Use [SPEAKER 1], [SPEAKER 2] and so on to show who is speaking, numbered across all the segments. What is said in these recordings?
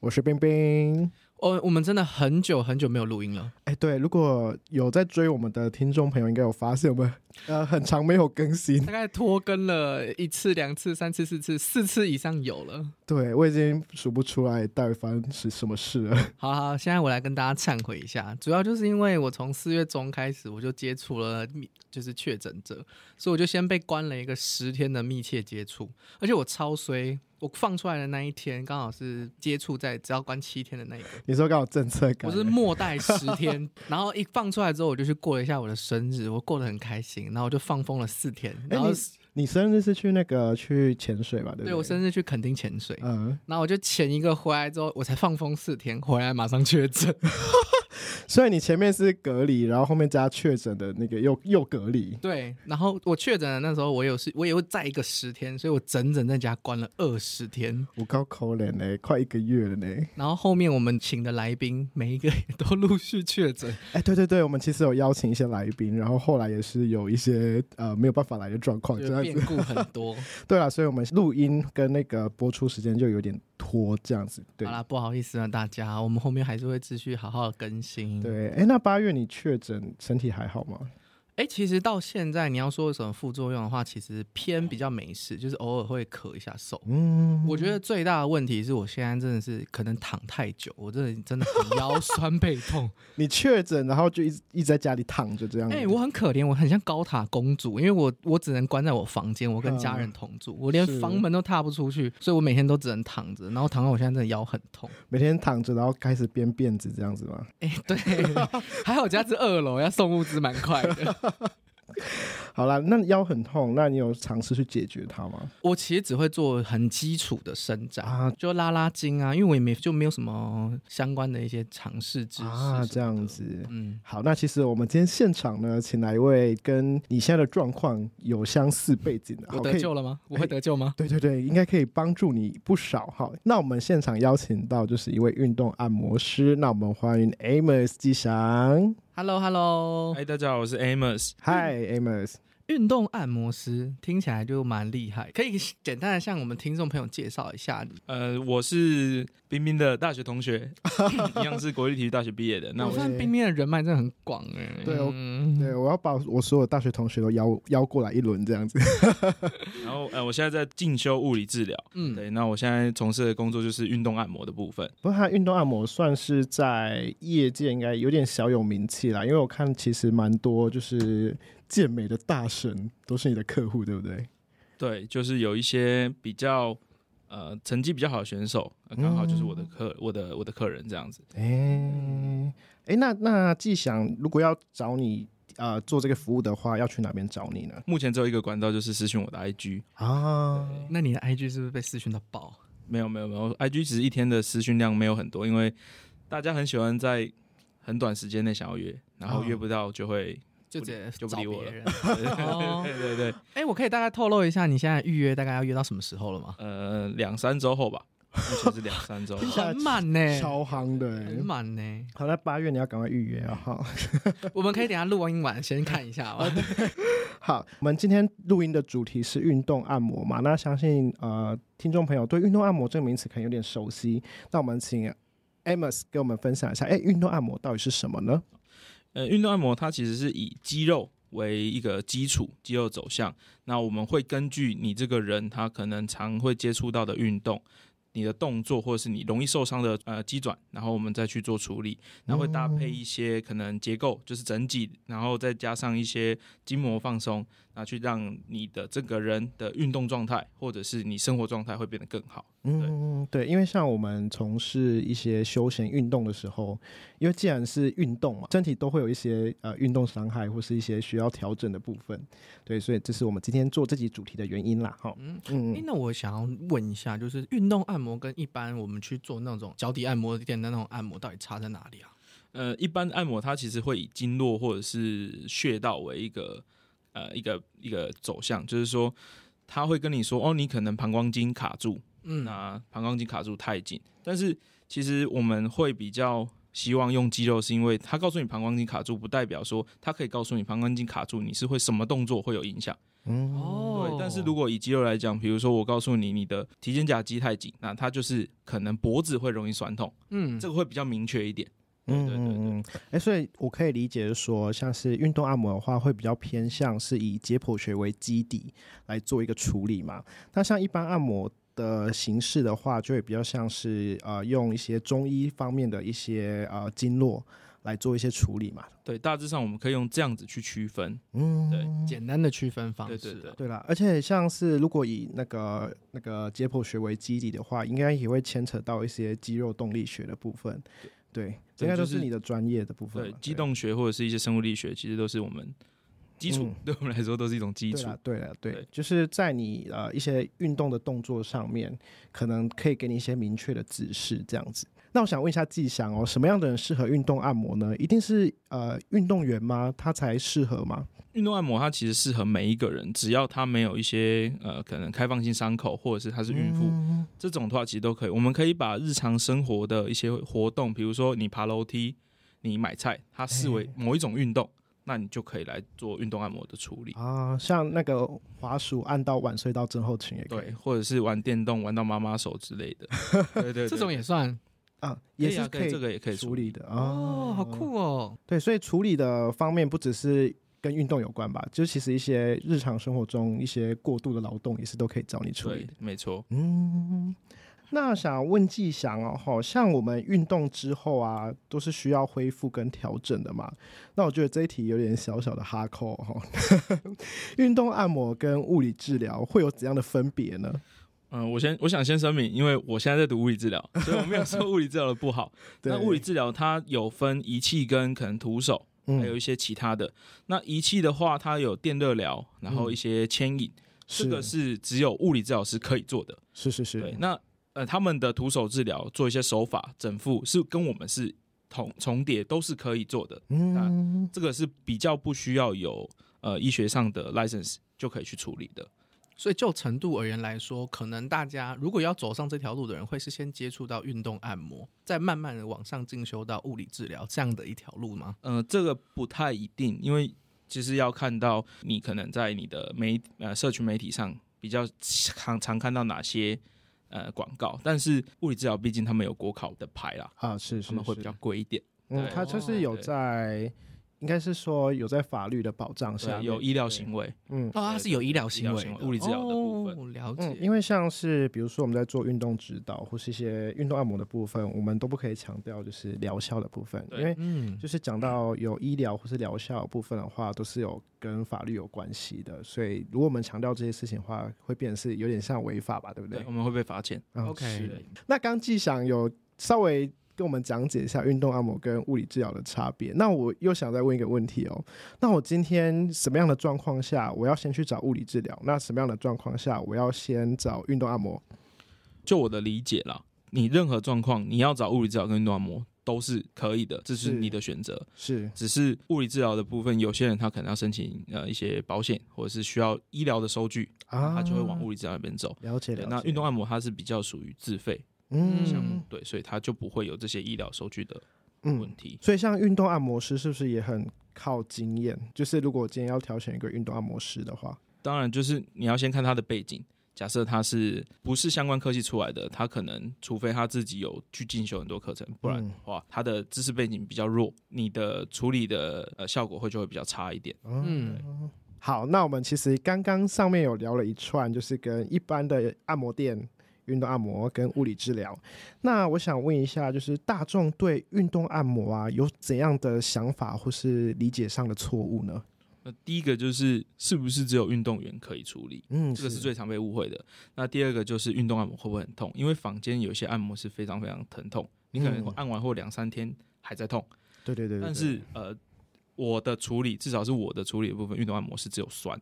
[SPEAKER 1] 我是冰冰。
[SPEAKER 2] 哦，我们真的很久很久没有录音了。
[SPEAKER 1] 哎，对，如果有在追我们的听众朋友，应该有发现我们 呃很长没有更新。
[SPEAKER 2] 大概拖更了一次、两次、三次、四次、四次以上有了。
[SPEAKER 1] 对我已经数不出来到底发生是什么事了。
[SPEAKER 2] 好好，现在我来跟大家忏悔一下，主要就是因为我从四月中开始我就接触了密，就是确诊者，所以我就先被关了一个十天的密切接触，而且我超衰，我放出来的那一天刚好是接触在只要关七天的那一个，
[SPEAKER 1] 你说刚好政策改
[SPEAKER 2] 我
[SPEAKER 1] 了，
[SPEAKER 2] 是末代十 天，然后一放出来之后我就去过了一下我的生日，我过得很开心，然后我就放风了四天，然后、
[SPEAKER 1] 哎你你生日是去那个去潜水吧？对不
[SPEAKER 2] 对我生日去垦丁潜水。
[SPEAKER 1] 嗯，
[SPEAKER 2] 然后我就前一个回来之后，我才放风四天，回来马上确诊。
[SPEAKER 1] 所以你前面是隔离，然后后面加确诊的那个又又隔离，
[SPEAKER 2] 对，然后我确诊的那时候，我有是，我也会在一个十天，所以我整整在家关了二十天。
[SPEAKER 1] 我高口脸呢，快一个月了呢。
[SPEAKER 2] 然后后面我们请的来宾，每一个也都陆续确 诊。
[SPEAKER 1] 哎，对对对，我们其实有邀请一些来宾，然后后来也是有一些呃没有办法来的状况，
[SPEAKER 2] 就
[SPEAKER 1] 这
[SPEAKER 2] 是
[SPEAKER 1] 样
[SPEAKER 2] 变
[SPEAKER 1] 子。
[SPEAKER 2] 故很多，
[SPEAKER 1] 对啊，所以我们录音跟那个播出时间就有点拖，这样子。 对
[SPEAKER 2] 好啦，不好意思啊，大家，我们后面还是会继续好好更新。，
[SPEAKER 1] 对，哎，那八月你确诊，身体还好吗？
[SPEAKER 2] 哎，其实到现在你要说有什么副作用的话，其实偏比较没事，就是偶尔会咳一下嗽。
[SPEAKER 1] 嗯，
[SPEAKER 2] 我觉得最大的问题是我现在真的是可能躺太久，我真的真的很腰酸背痛，
[SPEAKER 1] 你确诊，然后就一直一直在家里躺着这样子。
[SPEAKER 2] 哎、我很可怜，我很像高塔公主，因为我我只能关在我房间，我跟家人同住，我连
[SPEAKER 1] 嗯是
[SPEAKER 2] 房门都踏不出去，所以我每天都只能躺着，然后躺到我现在真的腰很痛。
[SPEAKER 1] 每天躺着，然后开始编辫子这样子吗？
[SPEAKER 2] 哎、 对，还好我家是二楼，要送物资蛮快的。
[SPEAKER 1] 好啦，那腰很痛，那你有尝试去解决它吗？
[SPEAKER 2] 我其实只会做很基础的伸展，
[SPEAKER 1] 啊
[SPEAKER 2] 就拉拉筋啊，因为我也没就没有什么相关的一些尝试知识
[SPEAKER 1] 啊，
[SPEAKER 2] 什么
[SPEAKER 1] 这
[SPEAKER 2] 的
[SPEAKER 1] 样。子。
[SPEAKER 2] 嗯，
[SPEAKER 1] 好，那其实我们今天现场呢，请来一位跟你现在的状况有相似背景的，
[SPEAKER 2] 我
[SPEAKER 1] 好，可
[SPEAKER 2] 得
[SPEAKER 1] 以哎
[SPEAKER 2] 救了吗？我会得救吗？
[SPEAKER 1] 对对对，应该可以帮助你不少哈。那我们现场邀请到就是一位运动按摩师，那我们欢迎 Amos 吉祥。
[SPEAKER 2] Hello Hello，
[SPEAKER 1] 哎
[SPEAKER 3] 嗨，哎大家好，我是 Amos。
[SPEAKER 1] 嗨，Amos，
[SPEAKER 2] 运动按摩师听起来就蛮厉害，可以简单的向我们听众朋友介绍一下你。
[SPEAKER 3] 呃，我是冰冰的大学同学，一样是国立体育大学毕业的。那
[SPEAKER 2] 我
[SPEAKER 3] 我
[SPEAKER 1] 是
[SPEAKER 2] 发现冰冰的人脉真的很广哎、
[SPEAKER 1] 对我
[SPEAKER 2] 嗯
[SPEAKER 1] 对我要把我所有大学同学都邀邀过来一轮这样子。
[SPEAKER 3] 然后呃，我现在在进修物理治疗。
[SPEAKER 2] 嗯，
[SPEAKER 3] 对，那我现在从事的工作就是运动按摩的部分。
[SPEAKER 1] 不过他运动按摩算是在业界应该有点小有名气啦，因为我看其实蛮多就是健美的大神都是你的客户，对不对？
[SPEAKER 3] 对，就是有一些比较呃成绩比较好的选手，呃刚、好就是我的客、我的我的客人这样子。
[SPEAKER 1] 哎哎，那那季祥如果要找你呃做这个服务的话，要去哪边找你呢？
[SPEAKER 3] 目前只有一个管道，就是私讯我的 IG。
[SPEAKER 1] 啊，
[SPEAKER 2] 那你的 IG 是不是被私讯到爆？
[SPEAKER 3] 没有没有没有，IG 其实一天的私讯量没有很多，因为大家很喜欢在很短时间内想要约，然后
[SPEAKER 1] 哦
[SPEAKER 3] 约不到就会。
[SPEAKER 2] 就直接
[SPEAKER 3] 就不
[SPEAKER 2] 找
[SPEAKER 3] 理我
[SPEAKER 2] 别
[SPEAKER 3] 了
[SPEAKER 2] 人。 哦
[SPEAKER 3] 对对对，
[SPEAKER 2] 哎、我可以大概透露一下你现在预约大概要约到什么时候了吗？
[SPEAKER 3] 呃，两三周后吧，目前是两三周后。
[SPEAKER 1] 下
[SPEAKER 2] 很满呢、
[SPEAKER 1] 超夯的、
[SPEAKER 2] 很
[SPEAKER 1] 欸。
[SPEAKER 2] 满呢、
[SPEAKER 1] 好，那八月你要赶快预约啊！哈，
[SPEAKER 2] 我们可以等一下录完音完先看一下吧。
[SPEAKER 1] 好，我们今天录音的主题是运动按摩嘛，那相信呃听众朋友对运动按摩这个名词可能有点熟悉，那我们请 Amos 给我们分享一下，哎，运动按摩到底是什么呢？
[SPEAKER 3] 呃，运动按摩它其实是以肌肉为一个基础，肌肉走向。那我们会根据你这个人他可能常会接触到的运动。你的动作或者是你容易受伤的呃肌转，然后我们再去做处理，然后会搭配一些可能结构，就是整体，然后再加上一些筋膜放松，那去让你的这个人的运动状态或者是你生活状态会变得更好。
[SPEAKER 1] 嗯，对，因为像我们从事一些休闲运动的时候，因为既然是运动嘛，身体都会有一些呃运动伤害或是一些需要调整的部分，对，所以这是我们今天做这集主题的原因啦，哈，
[SPEAKER 2] 嗯诶
[SPEAKER 1] 嗯，
[SPEAKER 2] 那我想要问一下，就是运动按摩跟一般我们去做那种脚底按摩店的那种按摩，到底差在哪里啊？
[SPEAKER 3] 呃，一般按摩它其实会以经络或者是穴道为一个呃一个一个走向，就是说他会跟你说哦，你可能膀胱经卡住，
[SPEAKER 2] 嗯，
[SPEAKER 3] 那膀胱经卡住太紧，但是其实我们会比较希望用肌肉，是因为他告诉你膀胱经卡住，不代表说他可以告诉你膀胱经卡住你是会什么动作会有影响。
[SPEAKER 1] 嗯
[SPEAKER 2] 哦
[SPEAKER 3] 对，但是如果以肌肉来讲，比如说我告诉你你的提肩胛肌太紧，那它就是可能脖子会容易酸痛，
[SPEAKER 2] 嗯
[SPEAKER 3] 这个会比较明确一点。
[SPEAKER 1] 嗯
[SPEAKER 3] 对对对
[SPEAKER 1] 嗯嗯，哎、所以我可以理解说，像是运动按摩的话，会比较偏向是以解剖学为基底来做一个处理嘛。那像一般按摩的形式的话，就会比较像是呃用一些中医方面的一些呃经络来做一些处理嘛。
[SPEAKER 3] 对，大致上我们可以用这样子去区分。
[SPEAKER 1] 嗯，
[SPEAKER 3] 对
[SPEAKER 2] 简单的区分方式
[SPEAKER 3] 对
[SPEAKER 2] 啊，
[SPEAKER 3] 对对，
[SPEAKER 1] 对啦，而且像是如果以那个那个解剖学为基底的话，应该也会牵扯到一些肌肉动力学的部分。对，这应该都
[SPEAKER 3] 就是
[SPEAKER 1] 是你的专业的部分
[SPEAKER 3] 对
[SPEAKER 1] 嘛。，
[SPEAKER 3] 机动学或者是一些生物力学，其实都是我们基础，
[SPEAKER 1] 嗯
[SPEAKER 3] 对我们来说都是一种基
[SPEAKER 1] 对啊
[SPEAKER 3] 础。
[SPEAKER 1] 啦，对啦，对
[SPEAKER 3] 对，
[SPEAKER 1] 就是在你呃一些运动的动作上面，可能可以给你一些明确的指示，这样子。那我想问一下季翔哦，什么样的人适合运动按摩呢？一定是呃运动员吗？他才适合吗？
[SPEAKER 3] 运动按摩它其实适合每一个人，只要他没有一些呃可能开放性伤口，或者是他是孕妇、
[SPEAKER 1] 嗯
[SPEAKER 3] 这种的话，其实都可以。我们可以把日常生活的一些活动，比如说你爬楼梯、你买菜，它视为
[SPEAKER 1] 哎
[SPEAKER 3] 某一种运动，那你就可以来做运动按摩的处理。
[SPEAKER 1] 啊，像那个滑鼠按到晚睡到症候群也可以
[SPEAKER 3] 对，或者是玩电动玩到妈妈手之 类的，对对对，
[SPEAKER 2] 这种也算
[SPEAKER 1] 啊，
[SPEAKER 3] 可
[SPEAKER 1] 也
[SPEAKER 3] 以啊
[SPEAKER 1] 是
[SPEAKER 3] 可以这个也可以
[SPEAKER 1] 处
[SPEAKER 3] 处
[SPEAKER 1] 理的啊。
[SPEAKER 2] 哦，好酷哦。
[SPEAKER 1] 对，所以处理的方面不只是跟运动有关吧，就其实一些日常生活中一些过度的劳动也是都可以找你处理
[SPEAKER 3] 对
[SPEAKER 1] 的。，
[SPEAKER 3] 没错。
[SPEAKER 1] 嗯，那想问季翔哦，好像我们运动之后啊，都是需要恢复跟调整的嘛。那我觉得这一题有点小小的哈扣哈、哦。 运动按摩跟物理治疗会有怎样的分别呢？
[SPEAKER 3] 嗯，我先我想先声明，因为我现在在读物理治 疗，所以我没有说物理治疗的不 好。那物理治疗它有分仪器跟可能徒手，还有
[SPEAKER 1] 嗯，
[SPEAKER 3] 一些其他的。那仪器的话，它有电热疗，然后一些牵引，这个嗯是只有物理治疗师可以做的。
[SPEAKER 1] 是是是
[SPEAKER 3] 对，那呃，他们的徒手治疗做一些手法整复是跟我们是同重叠，都是可以做的。
[SPEAKER 1] 嗯，
[SPEAKER 3] 这个是比较不需要有呃医学上的 license 就可以去处理的。
[SPEAKER 2] 所以就程度而言来说，可能大家如果要走上这条路的人，会是先接触到运动按摩，再慢慢的往上进修到物理治疗这样的一条路吗？
[SPEAKER 3] 呃，这个不太一定，因为其实要看到你可能在你的媒呃社群媒体上比较常常看到哪些呃广告，但是物理治疗毕竟他们有国考的牌啦，
[SPEAKER 1] 啊是是
[SPEAKER 3] 他们会
[SPEAKER 1] 是
[SPEAKER 3] 比较贵一点，
[SPEAKER 1] 嗯，
[SPEAKER 3] 对
[SPEAKER 1] 他就
[SPEAKER 2] 哦
[SPEAKER 1] 是有
[SPEAKER 3] 对
[SPEAKER 1] 在，应该是说有在法律的保障下
[SPEAKER 3] 对，啊
[SPEAKER 1] 面
[SPEAKER 3] 有医疗
[SPEAKER 1] 啊对
[SPEAKER 3] 行为，
[SPEAKER 1] 嗯
[SPEAKER 2] 哦，它是有医疗行为
[SPEAKER 3] 医疗行
[SPEAKER 2] 的，
[SPEAKER 3] 为物理治疗的部分
[SPEAKER 2] 哦，了解。
[SPEAKER 1] 嗯，因为像是比如说我们在做运动指导或是一些运动按摩的部分，我们都不可以强调就是疗效的部分，
[SPEAKER 3] 对
[SPEAKER 1] 因为
[SPEAKER 2] 嗯，
[SPEAKER 1] 就是讲到有医疗或是疗效的部分的话，都是有跟法律有关系的，所以如果我们强调这些事情的话，会变成是有点像违法吧，对不对
[SPEAKER 3] 对，我们会被罚钱。
[SPEAKER 1] 嗯
[SPEAKER 2] OK
[SPEAKER 1] 是
[SPEAKER 3] 对
[SPEAKER 1] 那刚季想有稍微跟我们讲解一下运动按摩跟物理治疗的差别，那我又想再问一个问题哦，那我今天什么样的状况下我要先去找物理治疗？那什么样的状况下我要先找运动按摩？
[SPEAKER 3] 就我的理解啦，你任何状况你要找物理治疗跟运动按摩都是可以的，这是
[SPEAKER 1] 是
[SPEAKER 3] 你的选择。
[SPEAKER 1] 是
[SPEAKER 3] 只是物理治疗的部分，有些人他可能要申请呃一些保险，或者是需要医疗的收据，
[SPEAKER 1] 啊
[SPEAKER 3] 他就会往物理治疗那边走。
[SPEAKER 1] 了解
[SPEAKER 3] 对
[SPEAKER 1] 了解。
[SPEAKER 3] 那运动按摩它是比较属于自费项目，
[SPEAKER 1] 嗯
[SPEAKER 3] 对，所以它就不会有这些医疗收据的
[SPEAKER 1] 嗯
[SPEAKER 3] 问，题。
[SPEAKER 1] 所以像运动按摩师是不是也很靠经验？就是如果今天要挑选一个运动按摩师的话，
[SPEAKER 3] 当然，就是你要先看他的背景。假设他是不是相关科系出来的，他可能除非他自己有去进修很多课程，不
[SPEAKER 1] 嗯
[SPEAKER 3] 然的话，他的知识背景比较弱，你的处理的呃效果会就会比较差一点。
[SPEAKER 2] 嗯
[SPEAKER 1] 嗯，好，那我们其实刚刚上面有聊了一串，就是跟一般的按摩店、运动按摩跟物理治疗。那我想问一下，就是大众对运动按摩啊有怎样的想法或是理解上的错误呢？
[SPEAKER 3] 那第一个就是是不是只有运动员可以处理，
[SPEAKER 1] 嗯，
[SPEAKER 3] 这个是最常被误会的。那第二个就是运动按摩会不会很痛？因为坊间有一些按摩是非常非常疼痛，你可能
[SPEAKER 1] 嗯
[SPEAKER 3] 按完后两三天还在痛。
[SPEAKER 1] 对对对对
[SPEAKER 3] 但是呃，我的处理至少是我的处理的部分，运动按摩是只有酸，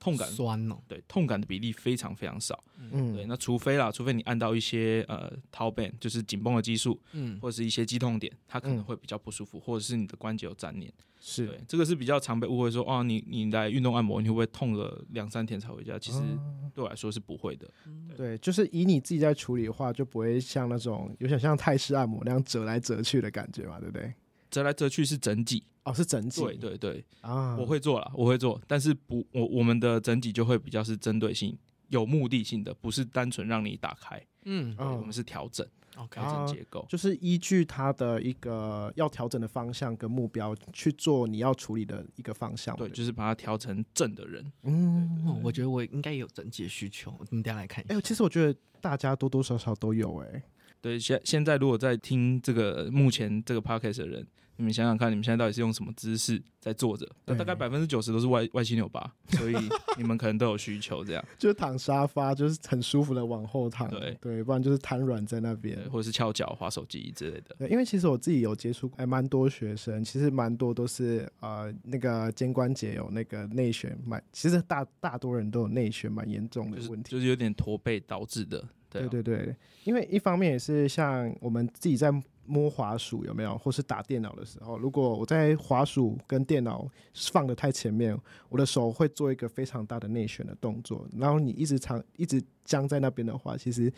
[SPEAKER 3] 痛感
[SPEAKER 2] 酸哦，
[SPEAKER 3] 对痛感的比例非常非常少。
[SPEAKER 1] 嗯
[SPEAKER 3] 对，那除非啦，除非你按到一些呃 t a u band，就是紧绷的激素，
[SPEAKER 2] 嗯，
[SPEAKER 3] 或者是一些肌痛点，它可
[SPEAKER 1] 嗯
[SPEAKER 3] 能会比较不舒服，或者是你的关节有粘连。
[SPEAKER 1] 是
[SPEAKER 3] 对，这个是比较常被误会说，哦，你你来运动按摩，你会不会痛了两三天才回家？其实
[SPEAKER 1] 哦
[SPEAKER 3] 对我来说是不会的。
[SPEAKER 1] 对，就是以你自己在处理的话，就不会像那种有点像泰式按摩那样折来折去的感觉嘛，对不对？
[SPEAKER 3] 折来折去是整脊，
[SPEAKER 1] 哦，是整体
[SPEAKER 3] 对对对，
[SPEAKER 1] 啊，
[SPEAKER 3] 我会做啦，我会做，但是不，我我们的整脊就会比较是针对性、有目的性的，不是单纯让你打开，
[SPEAKER 2] 嗯
[SPEAKER 3] 对
[SPEAKER 1] 哦
[SPEAKER 3] 我们是调整、
[SPEAKER 2] ，OK，哦
[SPEAKER 3] 调
[SPEAKER 1] 啊
[SPEAKER 3] 整结构。
[SPEAKER 1] 就是依据它的一个要调整的方向跟目标去做你要处理的一个方向嘛，
[SPEAKER 3] 对，
[SPEAKER 1] 不
[SPEAKER 3] 就是把它调成正的人。
[SPEAKER 1] 嗯，
[SPEAKER 2] 哦，我觉得我应该有整体的需求，我们等一下来看一
[SPEAKER 1] 哎、
[SPEAKER 2] 下。
[SPEAKER 1] 其实我觉得大家多多少少都有、哎，
[SPEAKER 3] 对，现现在如果在听这个目前这个 podcast 的人，你们想想看，你们现在到底是用什么姿势在坐着？那大概百分之九十都是外外七扭八，所以你们可能都有需求这样，
[SPEAKER 1] 就是躺沙发，就是很舒服的往后躺，
[SPEAKER 3] 对
[SPEAKER 1] 不然就是瘫软在那边
[SPEAKER 3] 对，。或者是翘脚、滑手机之类的。
[SPEAKER 1] 对，因为其实我自己有接触，还蛮多学生，其实蛮多都是呃那个肩关节有那个内旋蛮，其实大大多人都有内旋蛮严重的
[SPEAKER 3] 就是
[SPEAKER 1] 问题。
[SPEAKER 3] 就是有点驼背导致的，对啊、
[SPEAKER 1] 对对对，因为一方面也是像我们自己在摸滑鼠有没有，或是打电脑的时候，如果我在滑鼠跟电脑放的太前面，我的手会做一个非常大的内旋的动作，然后你一直长一直僵在那边的话，其实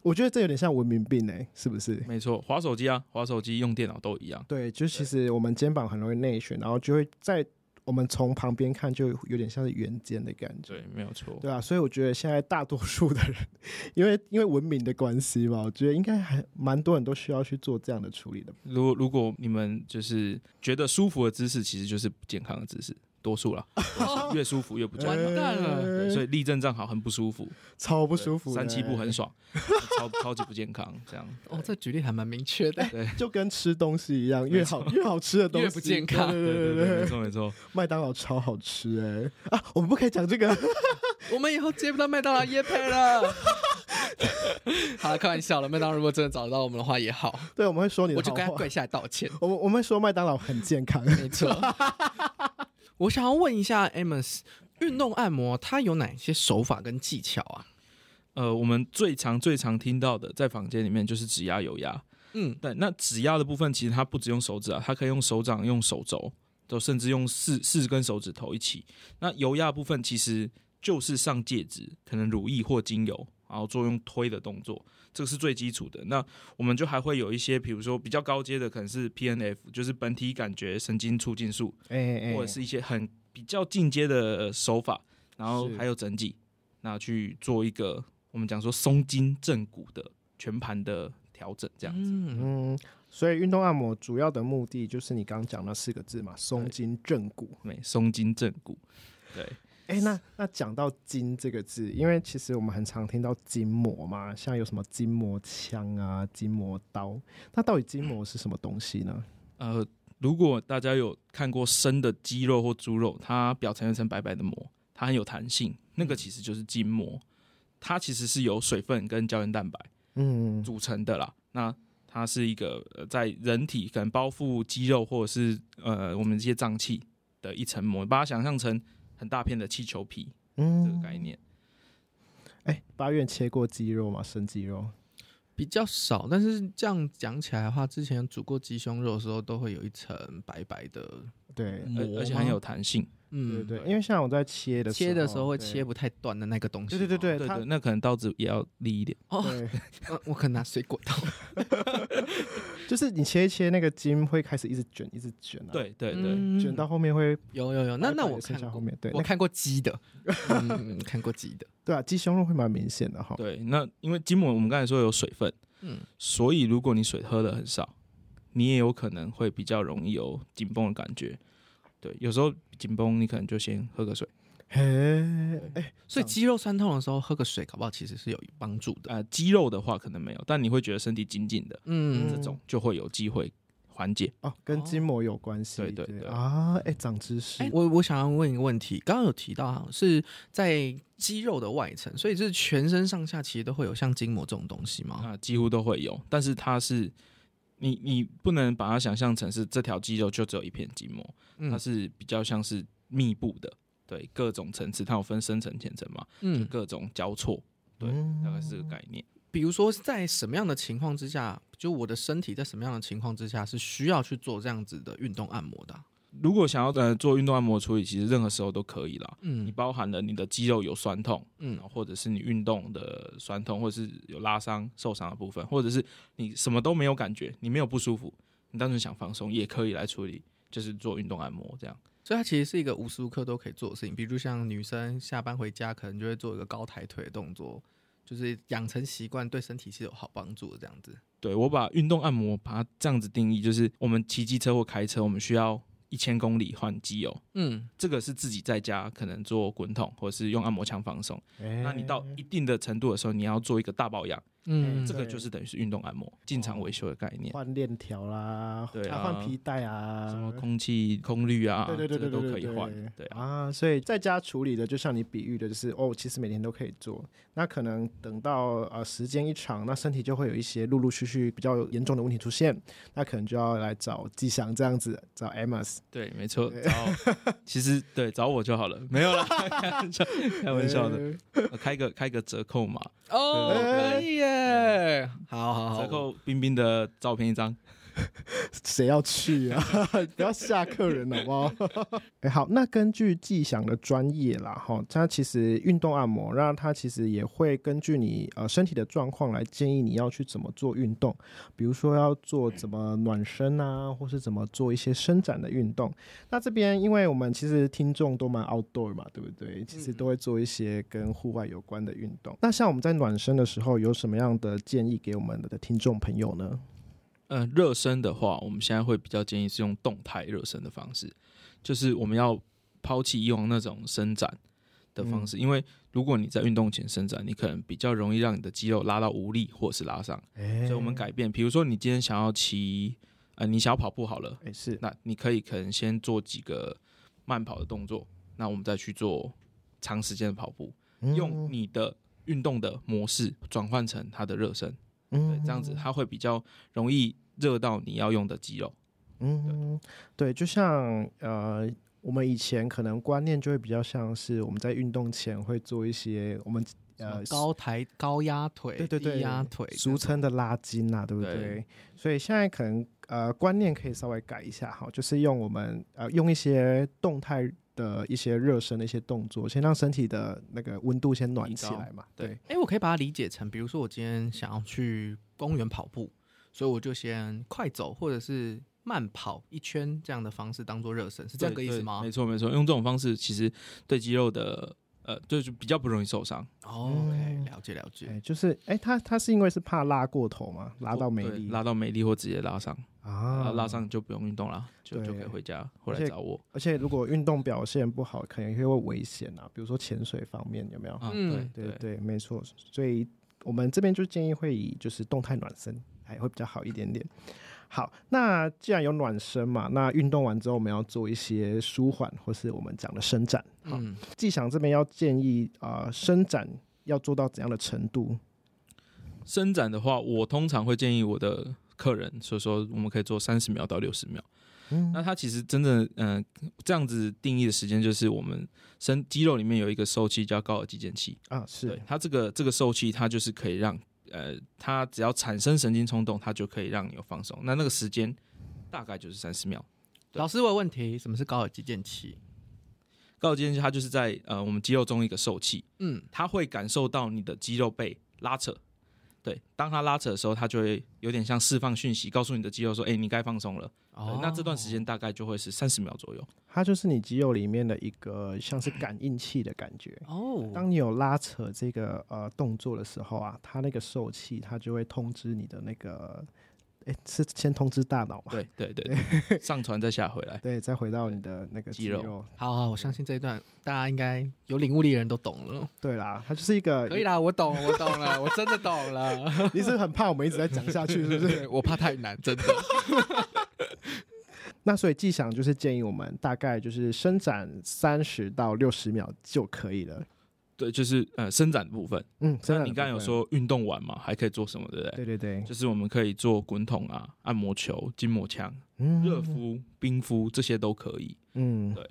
[SPEAKER 1] 我觉得这有点像文明病哎、是不是？
[SPEAKER 3] 没错，滑手机啊，滑手机用电脑都一样，
[SPEAKER 1] 对，就其实我们肩膀很容易内旋，然后就会在我们从旁边看就有点像是圆肩的感觉。
[SPEAKER 3] 对，没有错。
[SPEAKER 1] 对啊，所以我觉得现在大多数的人，因为因为文明的关系吧，我觉得应该还蛮多人都需要去做这样的处理的。
[SPEAKER 3] 如果如果你们就是觉得舒服的姿势，其实就是不健康的姿势，多数啦，
[SPEAKER 2] 哦
[SPEAKER 3] 越舒服越不健
[SPEAKER 2] 完
[SPEAKER 1] 哎
[SPEAKER 3] 康。
[SPEAKER 2] 蛋了
[SPEAKER 3] 对，所
[SPEAKER 1] 以
[SPEAKER 3] 以立正站好很不舒服，
[SPEAKER 1] 超不舒服的，哎欸
[SPEAKER 3] 三七步很爽，超超级不健康，这样。
[SPEAKER 2] 哦，这举例还蛮明确的。
[SPEAKER 1] 就跟吃东西一样，越好越好吃的东西
[SPEAKER 2] 越不健康
[SPEAKER 1] 对对
[SPEAKER 3] 对
[SPEAKER 1] 对
[SPEAKER 3] 对
[SPEAKER 1] 对
[SPEAKER 3] 对，没
[SPEAKER 1] 对，
[SPEAKER 3] 错没错。
[SPEAKER 1] 麦当劳超好吃哎、啊！我们不可以讲这个，
[SPEAKER 2] 我们以后接不到麦当劳夜配了。 好了，开玩笑了。麦当劳如果真的找得到我们的话也好，啊
[SPEAKER 1] 对，我们会说你
[SPEAKER 2] 我
[SPEAKER 1] 的好
[SPEAKER 2] 就跟他
[SPEAKER 1] 话
[SPEAKER 2] 跪。下来道歉。
[SPEAKER 1] 我们我们会说麦当劳很健康，
[SPEAKER 2] 没错。 我想要问一下 Amos，运动按摩它有哪些手法跟技巧啊？
[SPEAKER 3] 呃，我们最常最常听到的，在房间里面就是指压有压。
[SPEAKER 2] 嗯，
[SPEAKER 3] 对，那指压的部分，其实它不只用手指啊，它可以用手掌、用手肘，都甚至用四四根手指头一起。那油压的部分，其实就是上介质，可能乳液或精油，然后做用推的动作，这个是最基础的。那我们就还会有一些，比如说比较高阶的，可能是 PNF，就是本体感觉神经促进术，
[SPEAKER 1] 哎哎
[SPEAKER 3] 或者是一些很比较进阶的手法，然后
[SPEAKER 1] 是
[SPEAKER 3] 还有整脊，那去做一个我们讲说松筋正骨的全盘的调整，这样子。
[SPEAKER 2] 嗯，
[SPEAKER 1] 嗯，所以运动按摩主要的目的就是你刚刚讲那四个字嘛，松筋正骨。
[SPEAKER 3] 没松筋正骨。对，
[SPEAKER 1] 哎、那那讲到“筋”这个字，因为其实我们很常听到筋膜嘛，像有什么筋膜枪啊、筋膜刀，那到底筋膜是什么东西呢？
[SPEAKER 3] 呃，如果大家有看过生的鸡肉或猪肉，它表层有一层白白的膜，它很有弹性，那个其实就是筋膜，它其实是由水分跟胶原蛋白
[SPEAKER 1] 嗯，
[SPEAKER 3] 组成的啦。那它是一个呃在人体可能包覆肌肉或者是呃我们这些脏器的一层膜，把它想象成很大片的气球皮这个
[SPEAKER 1] 嗯
[SPEAKER 3] 概。念。
[SPEAKER 1] 哎、八月切过鸡肉嘛，生鸡肉。
[SPEAKER 2] 比较少，但是这样讲起来的话，之前煮过鸡胸肉的时候，都会有一层白白的
[SPEAKER 1] 对，
[SPEAKER 2] 膜吗，
[SPEAKER 3] 而而且很有弹性，
[SPEAKER 2] 嗯，
[SPEAKER 1] 对对，因为像我在切的
[SPEAKER 2] 切的时候会
[SPEAKER 1] 对
[SPEAKER 2] 切不太断的那个东西
[SPEAKER 1] 对
[SPEAKER 2] 吗。
[SPEAKER 1] 对对对，
[SPEAKER 3] 对
[SPEAKER 1] 它
[SPEAKER 3] 对， 那可能刀子也要利一点。
[SPEAKER 2] 哦，
[SPEAKER 1] 对，
[SPEAKER 2] 呃我可能拿水果刀。
[SPEAKER 1] 就是你切一切那个筋会开始一直卷，一直卷啊，，
[SPEAKER 3] 对对对，
[SPEAKER 2] 嗯
[SPEAKER 1] 卷到后面会
[SPEAKER 2] 有有有，那那我
[SPEAKER 1] 剩
[SPEAKER 2] 看
[SPEAKER 1] 下后
[SPEAKER 2] 过，
[SPEAKER 1] 面对，
[SPEAKER 2] 我
[SPEAKER 1] 那
[SPEAKER 2] 看过鸡 的，嗯，看过鸡的，
[SPEAKER 1] 对啊，鸡胸肉会蛮明显的哈。
[SPEAKER 3] 对，那因为筋膜我们刚才说有水分，
[SPEAKER 2] 嗯，
[SPEAKER 3] 所以如果你水喝的很少，你也有可能会比较容易有紧绷的感觉。对，有时候紧绷，你可能就先喝个水。
[SPEAKER 1] 嘿，哎、
[SPEAKER 2] 所以肌肉酸痛的时候喝个水，搞不好其实是有帮
[SPEAKER 1] 哎
[SPEAKER 3] 啊
[SPEAKER 2] 助的。
[SPEAKER 3] 呃，肌肉的话可能没有，但你会觉得身体紧紧的，
[SPEAKER 2] 嗯
[SPEAKER 3] 这种就会有机会缓解。
[SPEAKER 1] 哦，跟筋膜有关系。
[SPEAKER 3] 对对对
[SPEAKER 1] 啊，哎、长知识。
[SPEAKER 2] 哎，我我想要问一个问题，刚刚有提到哈，是在肌肉的外层，所以是全身上下其实都会有像筋膜这种东西吗？
[SPEAKER 3] 啊，几乎都会有，但是它是你你不能把它想象成是这条肌肉就只有一片筋膜，它
[SPEAKER 2] 嗯
[SPEAKER 3] 是比较像是密布的，对各种层次，它有分深层浅层嘛，
[SPEAKER 2] 嗯，
[SPEAKER 3] 各种交错，对
[SPEAKER 1] 嗯
[SPEAKER 3] 大概是这个概念。
[SPEAKER 2] 比如说在什么样的情况之下，就我的身体在什么样的情况之下是需要去做这样子的运动按摩的啊、
[SPEAKER 3] 如果想要呃做运动按摩处理，其实任何时候都可以啦。你
[SPEAKER 2] 嗯
[SPEAKER 3] 包含了你的肌肉有酸痛，
[SPEAKER 2] 嗯
[SPEAKER 3] 然后或者是你运动的酸痛，或者是有拉伤、受伤的部分，或者是你什么都没有感觉，你没有不舒服，你单纯想放松，也可以来处理，就是做运动按摩这样。
[SPEAKER 2] 所以它其实是一个无时无刻都可以做的事情，比如像女生下班回家可能就会做一个高抬腿的动作，就是养成习惯，对身体是有好帮助的这样子。
[SPEAKER 3] 对我把运动按摩把它这样子定义，就是我们骑机车或开车，我们需要一千公里换机油，
[SPEAKER 2] 嗯，
[SPEAKER 3] 这个是自己在家可能做滚筒或是用按摩枪放松。
[SPEAKER 1] 哎
[SPEAKER 3] 那你到一定的程度的时候，你要做一个大保养，
[SPEAKER 2] 嗯，
[SPEAKER 3] 这个
[SPEAKER 1] 对
[SPEAKER 3] 就是等于是运动按摩进场维修的概念。
[SPEAKER 1] 换链条啦，
[SPEAKER 3] 对
[SPEAKER 1] 啊
[SPEAKER 3] 啊
[SPEAKER 1] 换皮带啊，
[SPEAKER 3] 什么空气空滤啊，
[SPEAKER 1] 对对对对对
[SPEAKER 3] 这个
[SPEAKER 1] 对
[SPEAKER 3] 都可以换。对啊，
[SPEAKER 1] 啊，所以在家处理的，就像你比喻的，就是哦，其实每天都可以做。那可能等到呃时间一长，那身体就会有一些陆陆续续比较严重的问题出现，那可能就要来找吉祥这样子，找 Amos。
[SPEAKER 3] 对，没 错。找其实对找我就好了，没 有啦，开玩笑，开玩笑的，
[SPEAKER 1] 呃
[SPEAKER 3] 呃开个开个折扣码，
[SPEAKER 1] 哎
[SPEAKER 2] 哦，可以耶，好好好，
[SPEAKER 3] 嗯折扣冰冰的照片一张。
[SPEAKER 1] 谁要去啊？ 不要吓客人好不好？ 哎、好，那根据季翔的专业啦，哈，他其实运动按摩，那他其实也会根据你呃身体的状况来建议你要去怎么做运动，比如说要做怎么暖身啊，或是怎么做一些伸展的运动。那这边因为我们其实听众都蛮 outdoor 嘛，对不对？其实都会做一些跟户外有关的运动。那像我们在暖身的时候，有什么样的建议给我们的听众朋友呢？
[SPEAKER 3] 呃，热身的话，我们现在会比较建议是用动态热身的方式，就是我们要抛弃以往那种伸展的方
[SPEAKER 1] 嗯
[SPEAKER 3] 式，因为如果你在运动前伸展，你可能比较容易让你的肌肉拉到无力或是拉伤，
[SPEAKER 1] 哎
[SPEAKER 3] 所以我们改变，比如说你今天想要骑，呃，你想要跑步好了，
[SPEAKER 1] 哎、是
[SPEAKER 3] 那你可以可能先做几个慢跑的动作，那我们再去做长时间的跑步，
[SPEAKER 1] 嗯
[SPEAKER 3] 用你的运动的模式转换成它的热身。对
[SPEAKER 1] 对，
[SPEAKER 3] 这样子它会比较容易热到你要用的肌肉。
[SPEAKER 1] 嗯，对，就像呃，我们以前可能观念就会比较像是我们在运动前会做一些我们呃
[SPEAKER 2] 高抬高压腿，
[SPEAKER 1] 对对对
[SPEAKER 2] 低压腿，
[SPEAKER 1] 俗称的拉筋啊啦、对不对？
[SPEAKER 3] 对
[SPEAKER 1] 所以现在可能呃观念可以稍微改一下哈，就是用我们呃用一些动态的一些热身的一些动作，先让身体的那个温度先暖
[SPEAKER 3] 提
[SPEAKER 1] 起
[SPEAKER 3] 高
[SPEAKER 1] 来嘛。
[SPEAKER 3] 对
[SPEAKER 2] 哎、我可以把它理解成，比如说我今天想要去公园跑步，所以我就先快走或者是慢跑一圈这样的方式当做热身，是这样个
[SPEAKER 3] 对
[SPEAKER 2] 意思
[SPEAKER 3] 对
[SPEAKER 2] 吗
[SPEAKER 3] 没？错没错，用这种方式其实对肌肉的呃，就是比较不容易受伤，
[SPEAKER 2] 哦
[SPEAKER 1] 嗯
[SPEAKER 2] ，OK，了解了解。
[SPEAKER 1] 哎，就是哎，他他是因为是怕拉过头嘛，拉到没
[SPEAKER 3] 对
[SPEAKER 1] 力
[SPEAKER 3] 拉到没力或直接拉伤，
[SPEAKER 1] 啊
[SPEAKER 3] 啊，拉伤就不用运动啦，就
[SPEAKER 1] 对
[SPEAKER 3] 就可以回家或
[SPEAKER 1] 而
[SPEAKER 3] 来
[SPEAKER 1] 且
[SPEAKER 3] 找我
[SPEAKER 1] 而且如果运动表现不好，可能会有危险啊，比如说潜水方面有没有？
[SPEAKER 3] 啊。
[SPEAKER 2] 嗯
[SPEAKER 3] 对
[SPEAKER 1] 对对，没错。所以我们这边就建议会以就是动态暖身，还会比较好一点点。好，那既然有暖身嘛，那运动完之后我们要做一些舒缓，或是我们讲的伸展。哎好，
[SPEAKER 2] 嗯，
[SPEAKER 1] 季翔这边要建议啊、呃伸展要做到怎样的程度？
[SPEAKER 3] 伸展的话，我通常会建议我的客人，所以说我们可以做三十秒到六十秒。
[SPEAKER 1] 嗯
[SPEAKER 3] 那它其实真正嗯、呃这样子定义的时间，就是我们身肌肉里面有一个受气叫高尔肌腱器，
[SPEAKER 1] 啊，
[SPEAKER 3] 对
[SPEAKER 1] 是
[SPEAKER 3] 它这个这个受气，它就是可以让呃，它只要产生神经冲动，它就可以让你有放松。那那个时间大概就是三十秒。对
[SPEAKER 2] 老师，我有问题，什么是高尔基腱器？
[SPEAKER 3] 高尔基腱它就是在呃我们肌肉中一个受气，
[SPEAKER 2] 嗯，
[SPEAKER 3] 它会感受到你的肌肉被拉扯。对，当它拉扯的时候，它就会有点像释放讯息，告诉你的肌肉说：“哎、你该放松了。对
[SPEAKER 1] 呃
[SPEAKER 2] 哦，
[SPEAKER 3] 那这段时间大概就会是三十秒左右。
[SPEAKER 1] 它就是你肌肉里面的一个像是感应器的感觉。
[SPEAKER 3] 嗯
[SPEAKER 2] 哦，
[SPEAKER 1] 当你有拉扯这个呃动作的时候啊，它那个受气，它就会通知你的那个，哎，是先通知大脑嘛？
[SPEAKER 3] 对对对 对，上传再下回来。
[SPEAKER 1] 对，再回到你的那个
[SPEAKER 3] 肌
[SPEAKER 1] 肌
[SPEAKER 3] 肉
[SPEAKER 2] 好好，我相信这一段大家应该有领悟力的人都懂了。
[SPEAKER 1] 对啦，它就是一个。
[SPEAKER 2] 可以啦，我懂，我懂 了，我真的懂了。
[SPEAKER 1] 你是很怕我们一直在讲下去，是不是？
[SPEAKER 2] 对我怕太难，真的。
[SPEAKER 1] 那所以季翔就是建议我们大概就是伸展三十到六十秒就可以了。
[SPEAKER 3] 对，就是呃伸展部分。
[SPEAKER 1] 嗯，真
[SPEAKER 3] 那
[SPEAKER 1] 的。
[SPEAKER 3] 你刚才有，说运动完嘛，还可以做什么，对不对？
[SPEAKER 1] 对对对，
[SPEAKER 3] 就是我们可以做滚筒啊、按摩球、筋膜枪、
[SPEAKER 1] 嗯
[SPEAKER 3] 热敷、冰敷，这些都可以。
[SPEAKER 1] 嗯，
[SPEAKER 3] 对。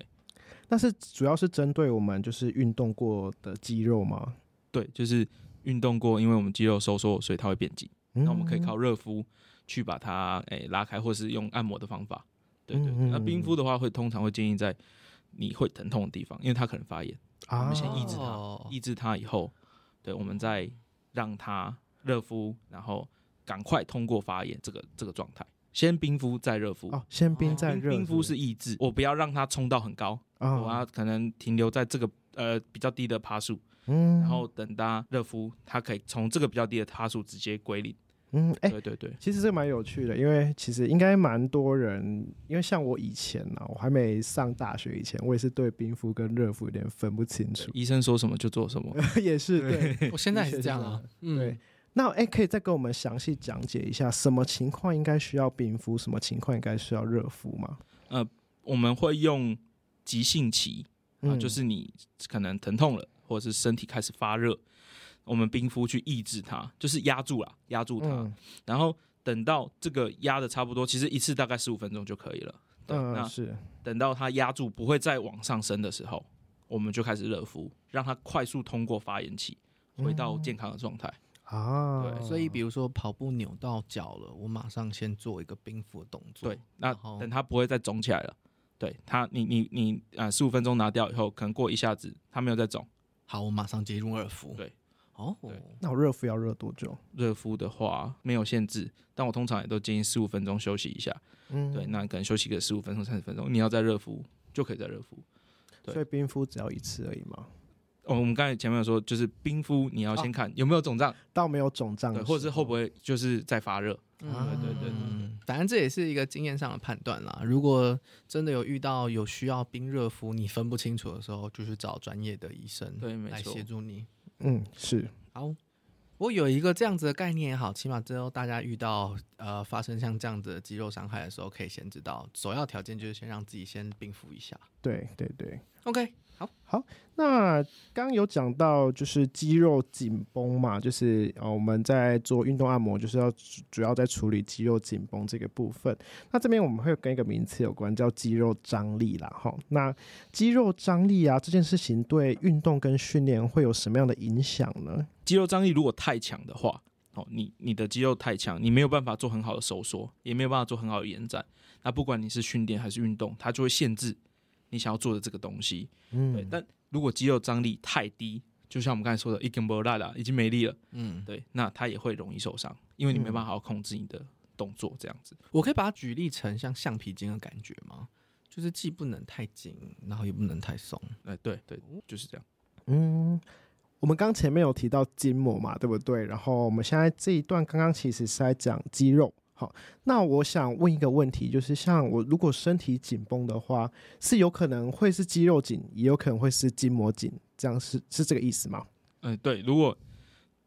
[SPEAKER 1] 但是主要是针对我们就是运动过的肌肉嘛，
[SPEAKER 3] 对，就是运动过，因为我们肌肉收缩，所以它会变紧。那
[SPEAKER 1] 那
[SPEAKER 3] 我们可以靠热敷去把它诶、拉开，或是用按摩的方法。对对对
[SPEAKER 1] 嗯嗯
[SPEAKER 3] 那
[SPEAKER 1] 嗯
[SPEAKER 3] 冰敷的话，会通常会建议在你会疼痛的地方，因为它可能发炎，
[SPEAKER 1] 啊，
[SPEAKER 3] 我们先抑制它，
[SPEAKER 2] 哦
[SPEAKER 3] 抑制它以后，对，我们再让它热敷，然后赶快通过发炎这个这个状态。先冰敷再热敷，
[SPEAKER 1] 哦，先冰再
[SPEAKER 3] 冰
[SPEAKER 1] 热，
[SPEAKER 3] 冰敷是抑制，我不要让它冲到很高，
[SPEAKER 1] 啊，
[SPEAKER 3] 我要可能停留在这个呃比较低的趴数，
[SPEAKER 1] 嗯，
[SPEAKER 3] 然后等它热敷，它可以从这个比较低的趴数直接归零。
[SPEAKER 1] 嗯，哎、
[SPEAKER 3] 对对对，
[SPEAKER 1] 其实这蛮有趣的，因为其实应该蛮多人，因为像我以前呢、我还没上大学以前，我也是对冰敷跟热敷有点分不清楚，
[SPEAKER 3] 医生说什么就做什么。
[SPEAKER 1] 也是对。
[SPEAKER 2] 我现在也是这样啊，
[SPEAKER 1] 对
[SPEAKER 2] 嗯，
[SPEAKER 1] 那哎、可以再给我们详细讲解一下，什么情况应该需要冰敷，什么情况应该需要热敷吗？
[SPEAKER 3] 我们会用急性期啊，
[SPEAKER 1] 嗯
[SPEAKER 3] 就是你可能疼痛了，或者是身体开始发热，我们冰敷去抑制它，就是压住了，压住它，
[SPEAKER 1] 嗯
[SPEAKER 3] 然后等到这个压的差不多，其实一次大概十五分钟就可以了。对，
[SPEAKER 1] 嗯，
[SPEAKER 3] 那
[SPEAKER 1] 是
[SPEAKER 3] 等到它压住不会再往上升的时候，我们就开始热敷，让它快速通过发炎期，回到健康的状态。
[SPEAKER 1] 啊，
[SPEAKER 3] 对
[SPEAKER 2] 所以比如说跑步扭到脚了，我马上先做一个冰敷的动作，
[SPEAKER 3] 对，那
[SPEAKER 2] 然后
[SPEAKER 3] 等它不会再肿起来了。对它，你你你啊，十、5五分钟拿掉以后，可能过一下子它没有再肿。
[SPEAKER 2] 好，我马上接入热敷，
[SPEAKER 3] 对，
[SPEAKER 2] 哦，
[SPEAKER 3] 对
[SPEAKER 1] 那我热敷要热多久？
[SPEAKER 3] 热敷的话没有限制，但我通常也都建议十五分钟休息一下。
[SPEAKER 1] 嗯，
[SPEAKER 3] 对，那可能休息个十五分钟、三十分钟，你要再热敷就可以再热敷。对
[SPEAKER 1] 所以冰敷只要一次而已嘛，
[SPEAKER 3] 哦，我们刚才前面有说，就是冰敷你要先看有没有肿胀，
[SPEAKER 1] 到没有肿胀的时
[SPEAKER 3] 对，
[SPEAKER 1] 候，
[SPEAKER 3] 或者是会不会就是在发热。
[SPEAKER 1] 啊
[SPEAKER 2] 嗯
[SPEAKER 1] 对对对对
[SPEAKER 2] 嗯反正这也是一个经验上的判断啦。如果真的有遇到有需要冰热敷，你分不清楚的时候，就去找专业的医生
[SPEAKER 3] 对没
[SPEAKER 2] 来
[SPEAKER 3] 错
[SPEAKER 2] 协助你。
[SPEAKER 1] 嗯是
[SPEAKER 2] 好，我有一个这样子的概念也好，起码之后大家遇到呃发生像这样子的肌肉伤害的时候，可以先知道，首要条件就是先让自己先冰敷一下。
[SPEAKER 1] 对对对。
[SPEAKER 2] OK，
[SPEAKER 1] 那刚有讲到就是肌肉紧绷嘛，就是呃我们在做运动按摩，就是要主主要在处理肌肉紧绷这个部分。那这边我们会跟一个名词有关，叫肌肉张力啦，哈。那肌肉张力啊这件事情对运动跟训练会有什么样的影响呢？
[SPEAKER 3] 肌肉张力如果太强的话，哦，你你的肌肉太强，你没有办法做很好的收缩，也没有办法做很好的延展。那不管你是训练还是运动，它就会限制你想要做的这个东西。对，
[SPEAKER 1] 嗯，
[SPEAKER 3] 但如果肌肉张力太低，就像我们刚才说的，已经没力了，已经没力了，
[SPEAKER 2] 嗯，
[SPEAKER 3] 对，那它也会容易受伤，因为你没
[SPEAKER 1] 嗯
[SPEAKER 3] 办法好好控制你的动作这样子。
[SPEAKER 2] 我可以把它举例成像橡皮筋的感觉吗？就是既不能太紧，然后也不能太松。
[SPEAKER 3] 哎、对对，就是这样。
[SPEAKER 1] 嗯，我们刚前面有提到筋膜嘛，对不对？然后我们现在这一段刚刚其实是在讲肌肉。好，那我想问一个问题，就是像我如果身体紧绷的话，是有可能会是肌肉紧，也有可能会是筋膜紧，这样是是这个意思吗？
[SPEAKER 3] 嗯、对，如果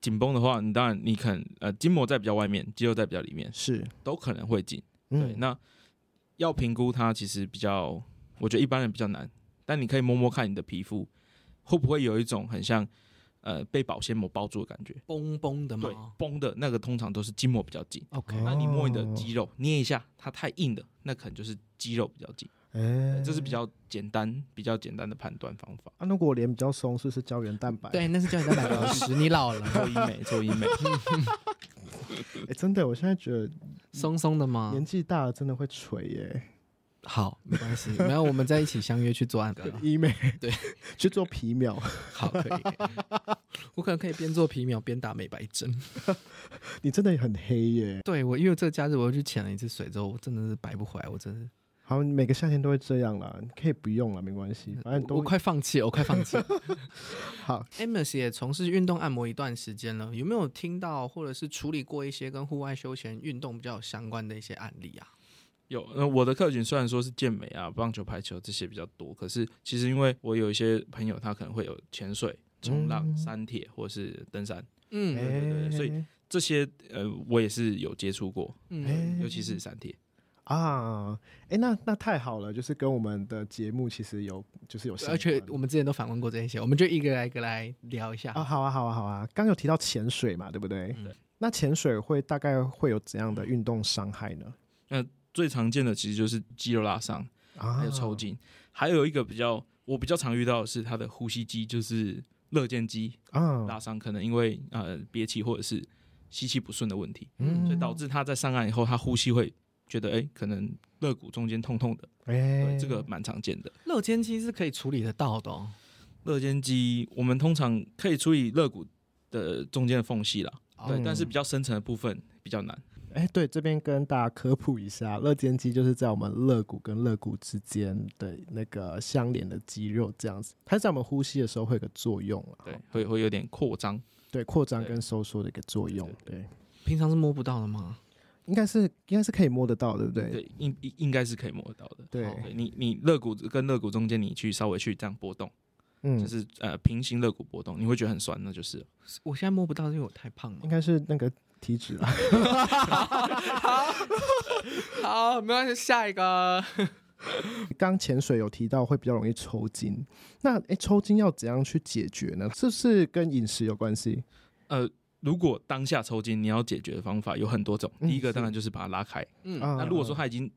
[SPEAKER 3] 紧绷的话，你当然你肯呃筋膜在比较外面，肌肉在比较里面，
[SPEAKER 1] 是，
[SPEAKER 3] 都可能会紧。对，
[SPEAKER 1] 嗯，
[SPEAKER 3] 那要评估它其实比较，我觉得一般人比较难，但你可以摸摸看你的皮肤会不会有一种很像呃被保鲜膜包住的感觉，
[SPEAKER 2] 绷绷的
[SPEAKER 3] 对
[SPEAKER 2] 吗，
[SPEAKER 3] 绷的那个通常都是筋膜比较紧。
[SPEAKER 2] ？OK，
[SPEAKER 1] 哦
[SPEAKER 3] 那你摸你的肌肉，捏一下，它太硬的，那可能就是肌肉比较紧，
[SPEAKER 1] 哎
[SPEAKER 3] 这是比较简单、比较简单的判断方 法。
[SPEAKER 1] 啊，如果我脸比较松，是不是胶原蛋白？
[SPEAKER 2] 对，那是胶原蛋白的老师，你老了，
[SPEAKER 3] 做医美，做 医美，
[SPEAKER 1] 哎，真的，我现在觉得
[SPEAKER 2] 松松的吗
[SPEAKER 1] 年？纪大了真的会垂耶，
[SPEAKER 2] 好，没关系，没有，我们在一起相约去做按摩。
[SPEAKER 1] 医美
[SPEAKER 2] 对，
[SPEAKER 1] 去做皮秒，
[SPEAKER 2] 好，可以，可以 我可能可以边做皮秒边打美白针。
[SPEAKER 1] 你真的很黑耶。
[SPEAKER 2] 对我，因为这个假日我又去潜了一次水之后，我真的是白不回来，我真的是，
[SPEAKER 1] 好，你每个夏天都会这样啦，你可以不用了，没关系，
[SPEAKER 3] 嗯
[SPEAKER 1] 反正
[SPEAKER 2] 我
[SPEAKER 1] 都
[SPEAKER 2] 我快放弃了，我快放弃了。
[SPEAKER 1] 好。
[SPEAKER 2] Amos 也从事运动按摩一段时间了，有没有听到或者是处理过一些跟户外休闲运动比较有相关的一些案例啊？
[SPEAKER 3] 有，呃，我的客群虽然说是健美啊、棒球、排球这些比较多，可是其实因为我有一些朋友，他可能会有潜水、冲浪、
[SPEAKER 1] 嗯
[SPEAKER 3] 山铁或是登山
[SPEAKER 2] 嗯
[SPEAKER 3] 对对对所以
[SPEAKER 1] 哎
[SPEAKER 3] 这些，呃，我也是有接触过，
[SPEAKER 2] 嗯
[SPEAKER 1] 哎
[SPEAKER 3] 尤其是山铁。
[SPEAKER 1] 啊，哎，那那太好了，就是跟我们的节目其实有就是有相关，
[SPEAKER 2] 而且我们之前都访问过这一些，我们就一个来一个来聊一下。
[SPEAKER 1] 啊，好啊，好啊，好啊，刚有提到潜水嘛，对不对？
[SPEAKER 3] 对
[SPEAKER 1] 那潜水会大概会有怎样的运动伤害呢？
[SPEAKER 3] 最常见的其实就是肌肉拉伤，
[SPEAKER 1] 啊，
[SPEAKER 3] 还有抽筋，还有一个比较我比较常遇到的是他的呼吸肌，就是肋间肌
[SPEAKER 1] 啊，
[SPEAKER 3] 拉伤，可能因为呃憋气或者是吸气不顺的问题，
[SPEAKER 2] 嗯
[SPEAKER 3] 所以导致他在上岸以后，他呼吸会觉得哎、诶可能肋骨中间痛痛的，
[SPEAKER 1] 哎
[SPEAKER 3] 对，，这个蛮常见的。
[SPEAKER 2] 热间肌是可以处理得到的哦。
[SPEAKER 3] 肋间肌我们通常可以处理肋骨的中间的缝隙啦，对，
[SPEAKER 1] 哦
[SPEAKER 3] 但是比较深层的部分比较难。
[SPEAKER 1] 哎，对，这边跟大家科普一下，肋间肌就是在我们肋骨跟肋骨之间的那个相连的肌肉，这样子，它在我们呼吸的时候会有个作用啊，
[SPEAKER 3] 对，会会有点扩张。
[SPEAKER 1] 对，扩张
[SPEAKER 3] 对
[SPEAKER 1] 跟收缩的一个作用，
[SPEAKER 3] 对
[SPEAKER 1] 对，
[SPEAKER 2] 平常是摸不到的吗？
[SPEAKER 1] 应该是应该是可以摸得到，对不对？
[SPEAKER 3] 对，应应应该是可以摸得到的。哦
[SPEAKER 1] 对
[SPEAKER 2] 好
[SPEAKER 3] 对你，你肋骨跟肋骨中间，你去稍微去这样波动，
[SPEAKER 1] 嗯
[SPEAKER 3] 就，是呃平行肋骨波动，你会觉得很酸，那就是了。
[SPEAKER 2] 我现在摸不到，因为我太胖了
[SPEAKER 1] 应。该是那个体脂啊。
[SPEAKER 2] 好，没关系，下一个。
[SPEAKER 1] 刚潜水有提到会比较容易抽筋，那诶抽筋要怎样去解决呢？是不是跟饮食有关系？
[SPEAKER 3] 呃，如果当下抽筋，你要解决的方法有很多种。
[SPEAKER 1] 嗯
[SPEAKER 3] 第一个
[SPEAKER 1] 是
[SPEAKER 3] 当然就是把它拉开。
[SPEAKER 2] 嗯，
[SPEAKER 1] 啊
[SPEAKER 3] 那如果说它已经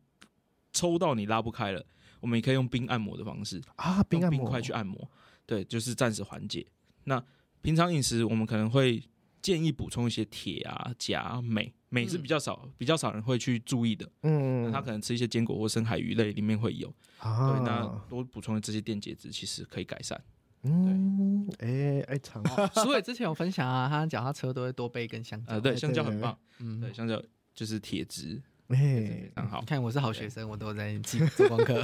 [SPEAKER 3] 抽到你拉不开了，我们也可以用冰按摩的方式，
[SPEAKER 1] 啊，冰
[SPEAKER 3] 用
[SPEAKER 1] 按
[SPEAKER 3] 冰
[SPEAKER 1] 摩
[SPEAKER 3] 块去按摩，对，就是暂时缓解。那平常饮食我们可能会建议补充一些铁啊、钾啊、镁，镁是
[SPEAKER 2] 嗯
[SPEAKER 3] 比较少、比较少人会去注意的。那
[SPEAKER 1] 嗯，
[SPEAKER 3] 他可能吃一些坚果或深海鱼类，里面会有。对，那
[SPEAKER 1] 啊，
[SPEAKER 3] 多补充这些电解质，其实可以改善。
[SPEAKER 1] 嗯，诶诶， 长
[SPEAKER 2] 苏伟之前有分享啊，他脚踏车都会多备一根香蕉。
[SPEAKER 3] 呃，对，
[SPEAKER 1] 对
[SPEAKER 3] 香蕉很
[SPEAKER 1] 啊对
[SPEAKER 3] 棒，
[SPEAKER 2] 嗯，
[SPEAKER 3] 对，香蕉就是铁质，
[SPEAKER 1] 诶
[SPEAKER 3] 铁质非，常好
[SPEAKER 2] 你。看我是好学生，我都有在记做功 课。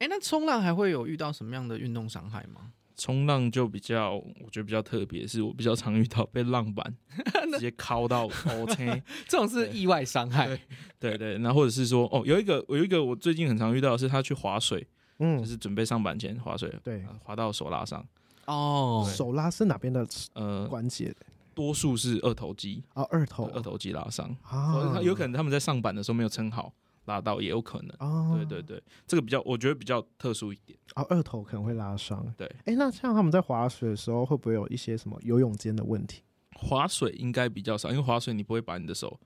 [SPEAKER 2] 哎，那冲浪还会有遇到什么样的运动伤害吗？
[SPEAKER 3] 冲浪就比较，我觉得比较特别，是我比较常遇到被 浪板直接敲到 O 青，
[SPEAKER 2] 这种是意外伤害
[SPEAKER 3] 对对对，然后或者是说，哦，有一个我有一个我最近很常遇到的是他去划水，就
[SPEAKER 1] 嗯，
[SPEAKER 3] 是准备上板前划水，
[SPEAKER 1] 对，
[SPEAKER 3] 呃划到手拉伤，
[SPEAKER 2] 哦。
[SPEAKER 1] 手拉是哪边的
[SPEAKER 3] 呃，
[SPEAKER 1] 关节？
[SPEAKER 3] 多数是二头肌，
[SPEAKER 1] 啊，二头，
[SPEAKER 3] 对二头肌拉伤，或者
[SPEAKER 1] 啊
[SPEAKER 3] 他，有可能他们在上板的时候没有撑好，拉到也有可能。
[SPEAKER 1] 啊，
[SPEAKER 3] 对对对，这个比较我觉得比较特殊一点。
[SPEAKER 1] 啊，二头可能会拉伤。
[SPEAKER 3] 对
[SPEAKER 1] 诶，那像他们在划水的时候，会不会有一些什么游泳间的问题
[SPEAKER 3] 划水应该比较少，因为划水你不会把你的手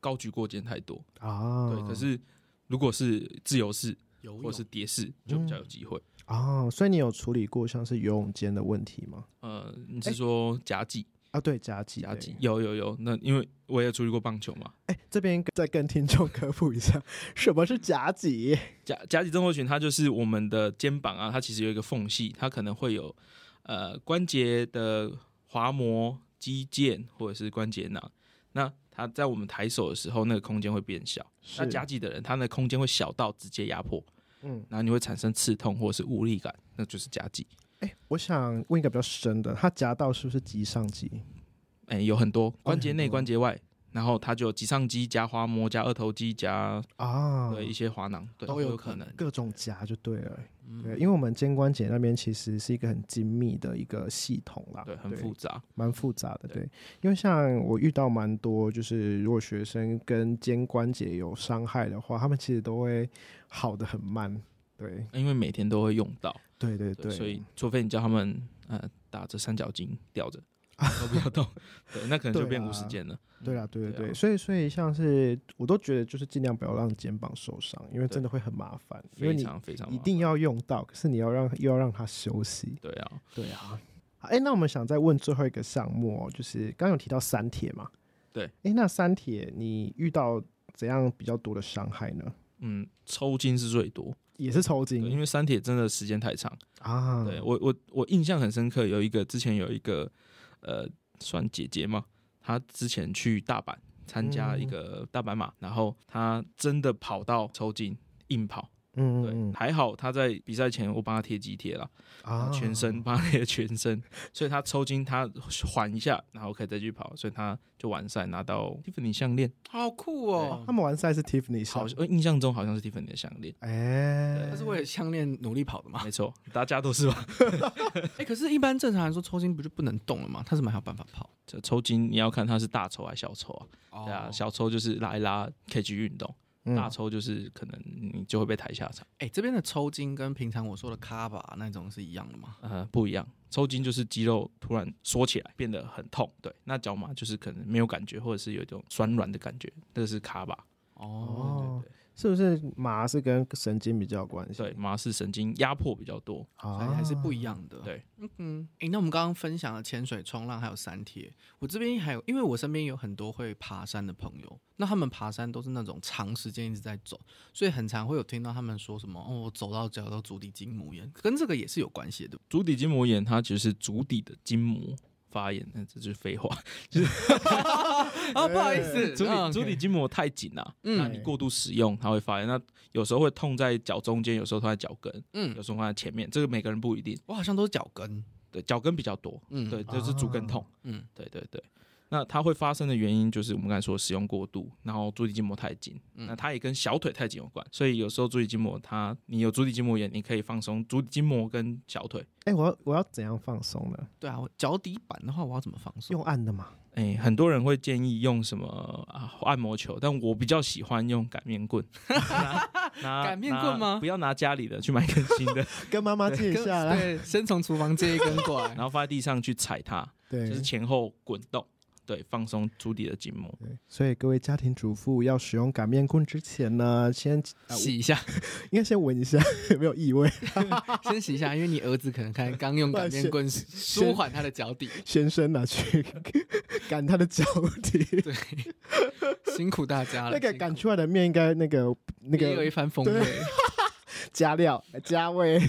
[SPEAKER 3] 高举过肩太多。
[SPEAKER 1] 啊？
[SPEAKER 3] 对，可是如果是自由式
[SPEAKER 2] 游
[SPEAKER 3] 或是蝶式，就比较有机会。
[SPEAKER 1] 哦，所以你有处理过像是游泳间的问题吗？
[SPEAKER 3] 呃，你是说夹击？
[SPEAKER 1] 啊，对，夹击，
[SPEAKER 3] 夹
[SPEAKER 1] 对
[SPEAKER 3] 击有有有，那因为我也处理过棒球嘛，
[SPEAKER 1] 哎，这边再跟听众科普一下，什么是夹脊？
[SPEAKER 3] 夹夹击症候群，它就是我们的肩膀啊，它其实有一个缝隙，它可能会有呃关节的滑膜、肌腱或者是关节囊。那它在我们抬手的时候，那个空间会变小。 那夹脊的人，他那空间会小到直接压迫，
[SPEAKER 1] 嗯，
[SPEAKER 3] 然后你会产生刺痛或者是无力感，那就是夹脊。
[SPEAKER 1] 哎，我想问一个比较深的，它夹到是不是棘上棘？
[SPEAKER 3] 哎、有很多关节
[SPEAKER 1] 很
[SPEAKER 3] 内、
[SPEAKER 1] 多
[SPEAKER 3] 关节外，然后它就有棘上肌、夹滑膜、夹二头肌、夹
[SPEAKER 1] 啊，
[SPEAKER 3] 对一些滑囊，对
[SPEAKER 2] 都有
[SPEAKER 3] 有
[SPEAKER 2] 可
[SPEAKER 3] 能
[SPEAKER 2] 能。
[SPEAKER 1] 各种夹就对了。
[SPEAKER 2] 嗯
[SPEAKER 1] 对，因为我们肩关节那边其实是一个很精密的一个系统啦，
[SPEAKER 3] 对，很复杂。
[SPEAKER 1] 蛮复杂的，
[SPEAKER 3] 对
[SPEAKER 1] 对，因为像我遇到蛮多，就是如果学生跟肩关节有伤害的话，他们其实都会好的很慢，对，
[SPEAKER 3] 因为每天都会用到，
[SPEAKER 1] 对对
[SPEAKER 3] 对
[SPEAKER 1] 对，
[SPEAKER 3] 所以除非你叫他们呃打着三角巾吊着，都不要动，对，那可能就
[SPEAKER 1] 对
[SPEAKER 3] 变
[SPEAKER 1] 啊
[SPEAKER 3] 无时间了。
[SPEAKER 1] 对啦，对对
[SPEAKER 3] 对啊
[SPEAKER 1] 对，所以所以像是我都觉得就是尽量不要让肩膀受伤，因为真的会很麻烦，因为
[SPEAKER 3] 非
[SPEAKER 1] 你
[SPEAKER 3] 常非常
[SPEAKER 1] 一
[SPEAKER 3] 麻
[SPEAKER 1] 定要用到，可是你要让又要让它休息。
[SPEAKER 3] 烦对啊，
[SPEAKER 1] 对啊，哎、那我们想再问最后一个项目、哦，就是刚刚有提到三铁嘛？
[SPEAKER 3] 对
[SPEAKER 1] 哎、那三铁你遇到怎样比较多的伤害呢？
[SPEAKER 3] 嗯，抽筋是最多，
[SPEAKER 1] 也是抽
[SPEAKER 3] 对因
[SPEAKER 1] 筋
[SPEAKER 3] 为三铁真的时间太长。
[SPEAKER 1] 啊？
[SPEAKER 3] 对我我我印象很深刻，有一个之前有一个呃，算姐姐嘛，她之前去大阪参加
[SPEAKER 1] 嗯
[SPEAKER 3] 一个大阪马，然后她真的跑到抽筋。硬跑，
[SPEAKER 1] 嗯，
[SPEAKER 3] 对，
[SPEAKER 1] 嗯嗯
[SPEAKER 3] 还好她在比赛前我帮她贴肌贴了，然
[SPEAKER 1] 啊
[SPEAKER 3] 后全身帮她贴全身，所以她抽筋她缓一下，然后可以再去跑，所以她就完赛拿到 Tiffany 项链，
[SPEAKER 2] 好酷哦！
[SPEAKER 1] 他们完赛是 Tiffany
[SPEAKER 3] 好
[SPEAKER 1] 上，
[SPEAKER 3] 像，呃印象中好像是 Tiffany 的项链，
[SPEAKER 1] 哎、
[SPEAKER 2] 他是为了项链努力跑的嘛？
[SPEAKER 3] 没错，大家都是吧？
[SPEAKER 2] 哎，可是，一般正常来说，抽筋不就不能动了吗？他怎么还有办法跑？
[SPEAKER 3] 这抽筋你要看她是大抽还是小抽啊？对啊，
[SPEAKER 2] 哦
[SPEAKER 3] 小抽就是拉一拉，可以去运动。
[SPEAKER 1] 嗯
[SPEAKER 3] 大抽就是可能你就会被抬下场。
[SPEAKER 2] 哎、这边的抽筋跟平常我说的卡吧那种是一样的吗？
[SPEAKER 3] 呃，不一样，抽筋就是肌肉突然缩起来，变得很痛。对，那脚麻就是可能没有感觉，或者是有一种酸软的感觉，这是卡吧。
[SPEAKER 2] 哦，
[SPEAKER 1] 哦，是不是麻是跟神经比较有关系？
[SPEAKER 3] 对，麻是神经压迫比较多。
[SPEAKER 2] 所以
[SPEAKER 1] 啊，
[SPEAKER 2] 还是不一样的。
[SPEAKER 3] 对，
[SPEAKER 2] 嗯嗯。哎、那我们刚刚分享了潜水、冲浪还有山铁，我这边还有，因为我身边有很多会爬山的朋友，那他们爬山都是那种长时间一直在走，所以很常会有听到他们说什么哦，我走到脚都足底筋膜炎，跟这个也是有关系的，对不
[SPEAKER 3] 足底筋膜炎它其实是足底的筋膜发炎，那这就是 废话。
[SPEAKER 2] 对？啊，不好意思，
[SPEAKER 3] 足
[SPEAKER 2] 嗯
[SPEAKER 3] 底足底筋膜太紧了、那
[SPEAKER 2] 嗯
[SPEAKER 3] 你过度使用它会发炎。那有时候会痛在脚中间，有时候痛在脚跟，有
[SPEAKER 2] 嗯，
[SPEAKER 3] 时候痛在前面。这个每个人不一定，
[SPEAKER 2] 我好像都是脚跟，
[SPEAKER 3] 对，脚跟比较多，
[SPEAKER 2] 嗯，
[SPEAKER 3] 对，，就是足跟痛。
[SPEAKER 2] 嗯
[SPEAKER 3] 对对对。那它会发生的原因就是我们刚才说使用过度，然后足底筋膜太紧，
[SPEAKER 2] 嗯
[SPEAKER 3] 那它也跟小腿太紧有关，所以有时候足底筋膜它你有足底筋膜炎，你可以放松足底筋膜跟小腿，
[SPEAKER 1] 哎、我要我要怎样放松呢？
[SPEAKER 2] 对啊，我脚底板的话，我要怎么放松？
[SPEAKER 1] 用按的嘛？
[SPEAKER 3] 哎、很多人会建议用什么啊按摩球，但我比较喜欢用擀 面棍。拿
[SPEAKER 2] 擀面棍吗
[SPEAKER 3] 拿不要拿家里的，去买一根新的，
[SPEAKER 1] 跟妈妈借一
[SPEAKER 2] 跟
[SPEAKER 1] 下来。
[SPEAKER 2] 对，先从厨房借一根过来
[SPEAKER 3] 然。后放在地上去踩它，
[SPEAKER 1] 对，
[SPEAKER 3] 就是前后滚动，对，放松足底的筋膜。
[SPEAKER 1] 对所以各位家庭主妇要使用擀面棍之前呢，先、呃
[SPEAKER 2] 洗一下，
[SPEAKER 1] 应该先闻一下 有没有异味，
[SPEAKER 2] 先洗一下，因为你儿子可能刚刚用擀面棍舒缓他的脚底，
[SPEAKER 1] 先生拿去 擀他的脚 底，
[SPEAKER 2] 对，辛苦大家了。
[SPEAKER 1] 那个
[SPEAKER 2] 辛苦
[SPEAKER 1] 擀出来的面应该那个那
[SPEAKER 2] 也有一
[SPEAKER 1] 个
[SPEAKER 2] 番风味。
[SPEAKER 1] 加料加味。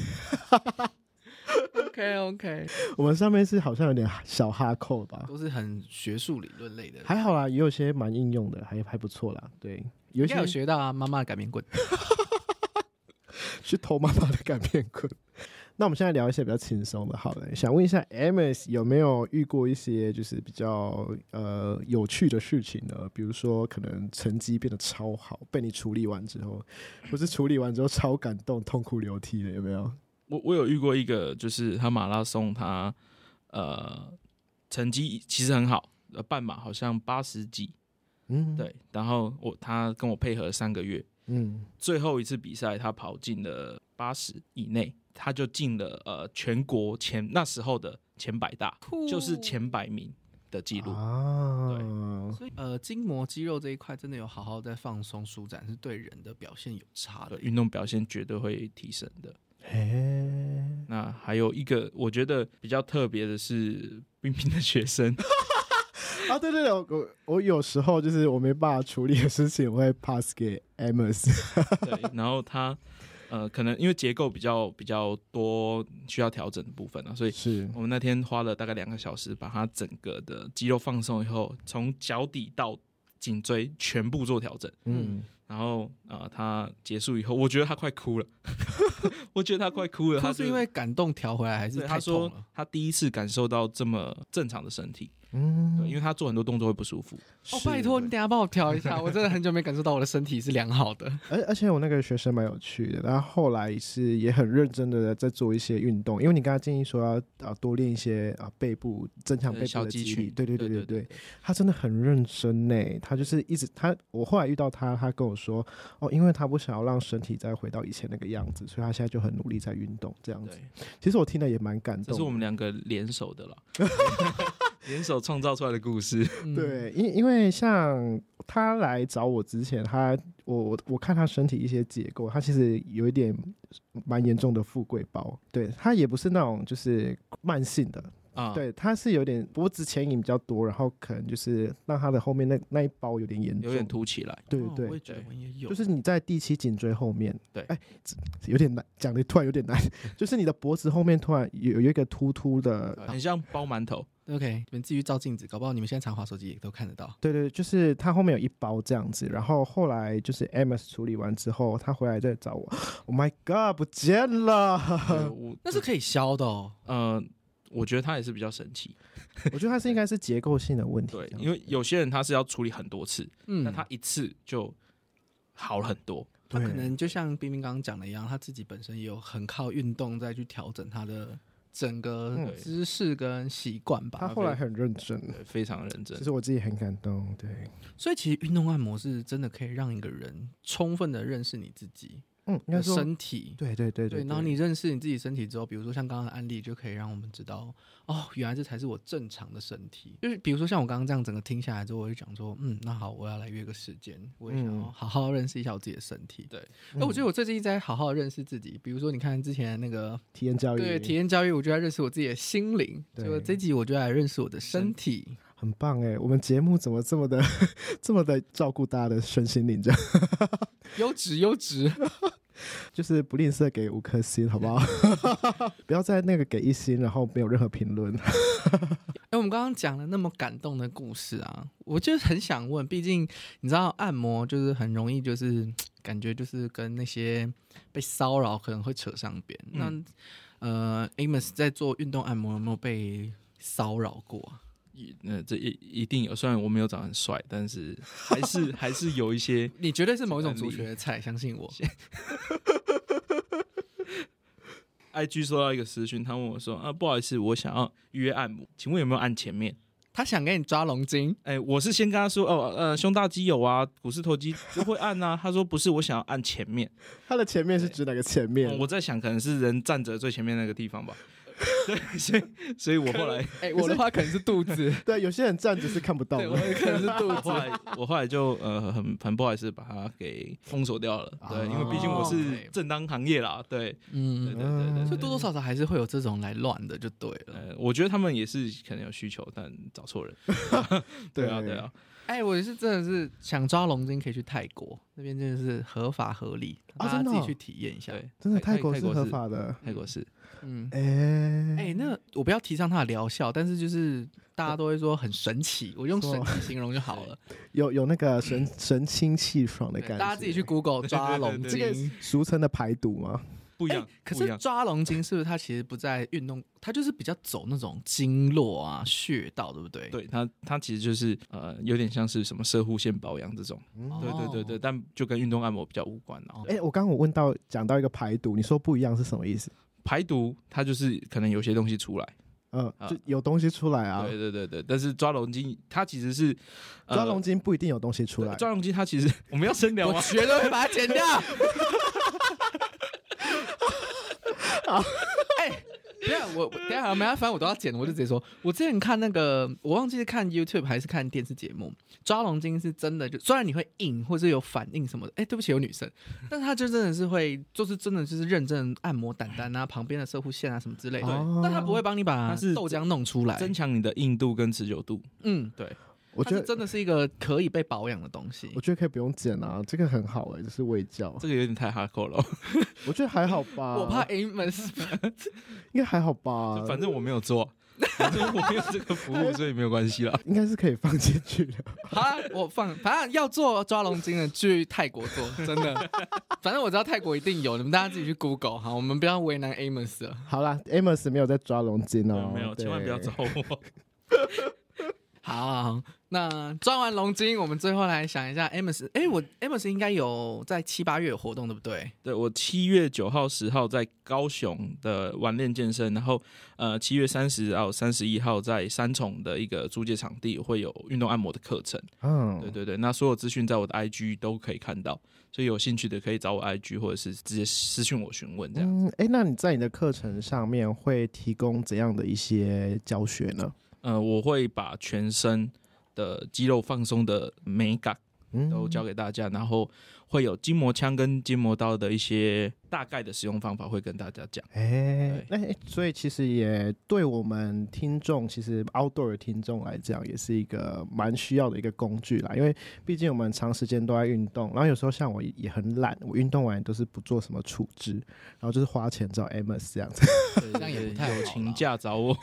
[SPEAKER 2] OK OK，
[SPEAKER 1] 我们上面是好像有点小哈扣吧，
[SPEAKER 2] 都是很学术理论类的，
[SPEAKER 1] 还好啦，也有些蛮应用的，还还不错啦。对，有
[SPEAKER 2] 应
[SPEAKER 1] 一
[SPEAKER 2] 该有
[SPEAKER 1] 些
[SPEAKER 2] 学到啊，妈妈的擀面棍。
[SPEAKER 1] 去偷妈妈的擀面棍。 那我们现在聊一些比较轻松的，好了，想问一下 Amos 有没有遇过一些就是比较呃有趣的事情呢？比如说可能成绩变得超好，被你处理完之后，或是处理完之后超感动、痛哭流涕的，有没有？
[SPEAKER 3] 我我有遇过一个，就是他马拉松他，呃成绩其实很好，呃半马好像八十几，
[SPEAKER 1] 嗯，，
[SPEAKER 3] 对，然后我他跟我配合三个月，
[SPEAKER 1] 嗯，
[SPEAKER 3] 最后一次比赛他跑进了八十以内，他就进了呃全国前那时候的前百大，
[SPEAKER 2] 哦
[SPEAKER 3] 就是前百名的记录。
[SPEAKER 1] 啊，
[SPEAKER 2] 所以呃，筋膜肌肉这一块真的有好好在放松舒展，是对人的表现有差
[SPEAKER 3] 对
[SPEAKER 2] 的。
[SPEAKER 3] 运动表现绝对会提升的。
[SPEAKER 1] 哎，
[SPEAKER 3] 那还有一个，我觉得比较特别的是冰冰的学生，
[SPEAKER 1] 啊，对对对，我我我有时候就是我没办法处理的事情，我会 pass 给 Amos。
[SPEAKER 3] 对，然后他呃，可能因为结构比较比较多需要调整的部分啊，所 以
[SPEAKER 1] 是
[SPEAKER 3] 我们那天花了大概两个小时，把他整个的肌肉放松以后，从脚底到颈椎全部做调整。
[SPEAKER 2] 嗯
[SPEAKER 1] 嗯，
[SPEAKER 3] 然后呃，他结束以后，我觉得他快哭了， 我觉得他快哭了，他
[SPEAKER 2] 他
[SPEAKER 3] 就是
[SPEAKER 2] 因为感动调回来，还是
[SPEAKER 3] 对
[SPEAKER 2] 太
[SPEAKER 3] 他
[SPEAKER 2] 痛
[SPEAKER 3] 说
[SPEAKER 2] 了？
[SPEAKER 3] 他第一次感受到这么正常的身体，
[SPEAKER 1] 嗯
[SPEAKER 3] 对，因为他做很多动作会不舒服。
[SPEAKER 2] 哦，拜托你等一下帮我调一下，我真的很久没感受到我的身体是良好的。
[SPEAKER 1] 而而且我那个学生蛮有趣的，他后来是也很认真的在做一些运动，因为你刚才建议说要啊多练一些啊背部，增强背
[SPEAKER 3] 对
[SPEAKER 1] 部
[SPEAKER 3] 小
[SPEAKER 1] 的
[SPEAKER 3] 肌
[SPEAKER 1] 肌力，
[SPEAKER 3] 群，
[SPEAKER 1] 对对对对
[SPEAKER 3] 对
[SPEAKER 1] 对，他真的很认真呢，他就是一直他我后来遇到他，他跟我说哦，因为他不想要让身体再回到以前那个样子，所以他现在就很努力在运动这样子。
[SPEAKER 3] 对，
[SPEAKER 1] 其实我听了也蛮感
[SPEAKER 3] 这是我
[SPEAKER 1] 动
[SPEAKER 3] 们
[SPEAKER 1] 的。
[SPEAKER 3] 两个联手的了，联手创造出来的故事。
[SPEAKER 2] 嗯，
[SPEAKER 1] 对，因因为像他来找我之前，他我我我看他身体一些结构，他其实有一点蛮严重的富贵包，对他也不是那种就是慢性的，
[SPEAKER 3] 啊，
[SPEAKER 1] 对他是有点脖子牵引比较多，然后可能就是让他的后面那那一包有点严重，
[SPEAKER 3] 有点凸起来，
[SPEAKER 1] 对
[SPEAKER 2] 哦
[SPEAKER 1] 对
[SPEAKER 2] 我也
[SPEAKER 1] 对，
[SPEAKER 2] 觉得我也有，
[SPEAKER 1] 就是你在第七颈椎后面，
[SPEAKER 3] 对
[SPEAKER 1] 哎，这有点难讲的，突然有点难， 就是你的脖子后面突然有有一个突突的，
[SPEAKER 3] 很像包 馒头。
[SPEAKER 2] OK，你们自己照镜子，搞不好你们现在常滑手机也都看得到。
[SPEAKER 1] 对对，就是他后面有一包这样子，然后后来就是 Amos 处理完之后，他回来再找我，Oh my God，不见
[SPEAKER 3] 对
[SPEAKER 1] 了！
[SPEAKER 3] 我
[SPEAKER 2] 那是可以消的哦。
[SPEAKER 3] 呃，我觉得他也是比较神奇，
[SPEAKER 1] 我觉得他是应该是结构性的问题，啊
[SPEAKER 3] 对
[SPEAKER 1] 这，样
[SPEAKER 3] 因为有些人他是要处理很多次，
[SPEAKER 2] 嗯，
[SPEAKER 3] 但他一次就好了很多。
[SPEAKER 2] 他可
[SPEAKER 1] 对
[SPEAKER 2] 能就像冰冰刚刚讲的一样，他自己本身也有很靠运动再去调整他的整个
[SPEAKER 1] 嗯
[SPEAKER 2] 姿势跟习惯吧。
[SPEAKER 1] 他后来很认真，
[SPEAKER 3] 对非常认真
[SPEAKER 1] 其。实我自己很感动。对，
[SPEAKER 2] 所以其实运动按摩是真的可以让一个人充分的认识你自己
[SPEAKER 1] 嗯，应该
[SPEAKER 2] 的
[SPEAKER 1] 说，
[SPEAKER 2] 身体。
[SPEAKER 1] 对对对
[SPEAKER 2] 对，然后你认识你自己身体之后，比如说像刚刚的案例，就可以让我们知道，哦，原来这才是我正常的身体。就是比如说像我刚刚这样整个听下来之后，我就讲说，嗯，那好，我要来约个时间，我也想要
[SPEAKER 1] 嗯
[SPEAKER 2] 好好认识一下我自己的身体。
[SPEAKER 3] 对，
[SPEAKER 2] 那哎我觉
[SPEAKER 1] 得
[SPEAKER 2] 得我最近一直在好好地认识自己，比如说你看之前那个
[SPEAKER 1] 体验教育
[SPEAKER 2] 对体验教育，我就在认识我自己的心灵，
[SPEAKER 1] 对
[SPEAKER 2] 结果这集我就来认识我的身体。
[SPEAKER 1] 很棒哎，我们节目怎么这么的 这么的照顾大家的身心灵？这样
[SPEAKER 2] 优质优质，
[SPEAKER 1] 就是不吝啬给五颗星，好不 好？不要再那个给一星，然后没有任何评论。
[SPEAKER 2] 哎、我们刚刚讲了那么感动的故事啊，我就是很想问，毕竟你知道按摩就是很容易，就是嘖感觉就是跟那些被骚扰可能会扯上边。
[SPEAKER 3] 嗯
[SPEAKER 2] 那呃，Amos 在做运动按摩有没有被骚扰过啊？
[SPEAKER 3] 一嗯，这一一定有。虽然我没有长得很帅，但是还是还是有一些
[SPEAKER 2] 你绝对是某一种
[SPEAKER 3] 这
[SPEAKER 2] 族
[SPEAKER 3] 个案例
[SPEAKER 2] 群的菜，相信我。
[SPEAKER 3] IG 收到一个私讯，他问我说：“啊，不好意思，我想要约按摩，请问有没有按前面
[SPEAKER 2] 他想给你抓龙筋，？”
[SPEAKER 3] 哎、我是先跟他说：“哦，呃，胸大肌有啊，股四头肌都会按啊。”他说：“不是，我想要按前面。
[SPEAKER 1] 它的前面是指哪个前面
[SPEAKER 3] 嗯”？我在想，可能是人站着最前面那个地方吧。 对，所以所以我后来
[SPEAKER 2] 哎、我的话可能是肚子，
[SPEAKER 1] 对，有些人站着是看不到
[SPEAKER 2] 对，我的
[SPEAKER 1] 的。
[SPEAKER 2] 可能是肚
[SPEAKER 3] 后
[SPEAKER 2] 子。
[SPEAKER 3] 来我后来就呃很很不好意思把它给封锁掉了。对，因为毕竟我是正当行业啦。对，对对
[SPEAKER 2] 嗯，
[SPEAKER 3] 对对对
[SPEAKER 2] 就多多少少还是会有这种来乱的，就对了。
[SPEAKER 3] 呃，我觉得他们也是可能有需求，但找错人。对啊，对啊，
[SPEAKER 2] 哎、我是真的是想抓龙筋，可以去泰国那边，真的是合法合理，大
[SPEAKER 1] 啊
[SPEAKER 2] 家
[SPEAKER 1] 真的
[SPEAKER 2] 自己
[SPEAKER 1] 哦
[SPEAKER 2] 去体验一下。
[SPEAKER 3] 对，
[SPEAKER 1] 真的
[SPEAKER 3] 泰
[SPEAKER 1] 泰国
[SPEAKER 3] 泰
[SPEAKER 1] 是
[SPEAKER 3] 国
[SPEAKER 1] 合法的。
[SPEAKER 3] 泰国是
[SPEAKER 2] 嗯，
[SPEAKER 1] 哎
[SPEAKER 2] 哎、那我不要提倡它的疗效，但是就是大家都会说很神奇，我用
[SPEAKER 1] 是
[SPEAKER 2] 神
[SPEAKER 1] 吗
[SPEAKER 2] 奇形容就好 了。
[SPEAKER 1] 有有那个神神清气爽的
[SPEAKER 2] 对
[SPEAKER 1] 感觉。
[SPEAKER 2] 大家自己去 Google 抓龙
[SPEAKER 3] 对
[SPEAKER 1] 这 个
[SPEAKER 2] 筋。
[SPEAKER 1] 俗称的排毒吗？
[SPEAKER 3] 不一
[SPEAKER 2] 哎
[SPEAKER 3] 样，
[SPEAKER 2] 可
[SPEAKER 3] 不一
[SPEAKER 2] 是
[SPEAKER 3] 样。
[SPEAKER 2] 抓龙筋是不是它其实不在运动，它就是比较走那种经络啊、穴道，对不对？，
[SPEAKER 3] 对它，它其实就是呃，有点像是什么射护线保养这种，
[SPEAKER 1] 嗯
[SPEAKER 2] 哦
[SPEAKER 3] 对对对对，但就跟运动按摩比较无关啊。
[SPEAKER 1] 哎、我刚刚我问到讲到一个排毒，你说不一样是什么意思？
[SPEAKER 3] 排毒它就是可能有些东西出来，
[SPEAKER 1] 嗯，
[SPEAKER 3] 啊
[SPEAKER 1] 就有东西出来啊。
[SPEAKER 3] 对对对对，但是抓龙筋它其实是呃
[SPEAKER 1] 抓龙筋不一定有东西出来，
[SPEAKER 3] 抓龙筋它 其实我们要深聊啊
[SPEAKER 2] 我
[SPEAKER 3] 吗？
[SPEAKER 2] 绝对会把它剪 掉。哎、等一下我等一下没办法，我都要剪，我就直接说。我之前看那个，我忘记是看 YouTube 还是看电视节目，抓龙筋是真的就，虽然你会硬或是有反应什么的，哎、对不起，有女生，但是他就真的是会，就是真的就是认真按摩胆胆啊，旁边的射护线啊什么之类的，
[SPEAKER 1] 哦
[SPEAKER 2] 但他不会帮你把
[SPEAKER 3] 它是
[SPEAKER 2] 豆浆弄出来。
[SPEAKER 3] 增强你的硬度跟持久度，
[SPEAKER 2] 嗯，
[SPEAKER 1] 我觉
[SPEAKER 2] 它是
[SPEAKER 1] 得
[SPEAKER 2] 真的是一个可以被保养的东西
[SPEAKER 1] 我。觉得可以不用剪啊，这个很好哎、就是味觉。
[SPEAKER 3] 这个有点太 hardcore 了。
[SPEAKER 1] 我觉得还好 吧，
[SPEAKER 2] 我怕 Amos
[SPEAKER 1] 应该还好吧，
[SPEAKER 3] 反正我没有 做，反正我没有这个服务，所以没有关系啦。
[SPEAKER 1] 应该是可以放进去的。
[SPEAKER 2] 好啦，我放，反正要做抓龙筋的，去泰国做，真的。 反正我知道泰国一定有，你们大家自己去 Google 哈，我们不要为难 Amos 了。
[SPEAKER 1] 好啦，Amos 没有在抓龙筋哦，
[SPEAKER 3] 没有，
[SPEAKER 1] 对
[SPEAKER 3] 千万不要找我。
[SPEAKER 2] 好好，好那抓完龙筋，我们最后来想一下 Amos，哎、我 Amos 应该有在七八月有活动，对不对？
[SPEAKER 3] 对我七月九号、十号在高雄的晚练健身，然后呃七月三十到三十一号在三重的一个租借场地会有运动按摩的课程。
[SPEAKER 1] 嗯，
[SPEAKER 3] 对对对，那所有资讯在我的 IG 都可以看到，所以有兴趣的可以找我 IG 或者是直接私讯我询问这样。
[SPEAKER 1] 嗯，哎、那你在你的课程上面会提供怎样的一些教学呢？
[SPEAKER 3] 呃，我会把全身的肌肉放松的美感
[SPEAKER 1] 嗯，
[SPEAKER 3] 都教给大家，然后会有筋膜枪跟筋膜刀的一些大概的使用方法会跟大家讲。
[SPEAKER 1] 哎，那、诶所以其实也对我们听众，其实 outdoor 的听众来讲，也是一个蛮需要的一个工具啦。因为毕竟我们长时间都在运动，然后有时候像我也很懒，我运动完都是不做什么处置，然后就是花钱找 Amos 这样子，
[SPEAKER 2] 这样也不太好
[SPEAKER 3] 有
[SPEAKER 2] 啦
[SPEAKER 3] 请假找我。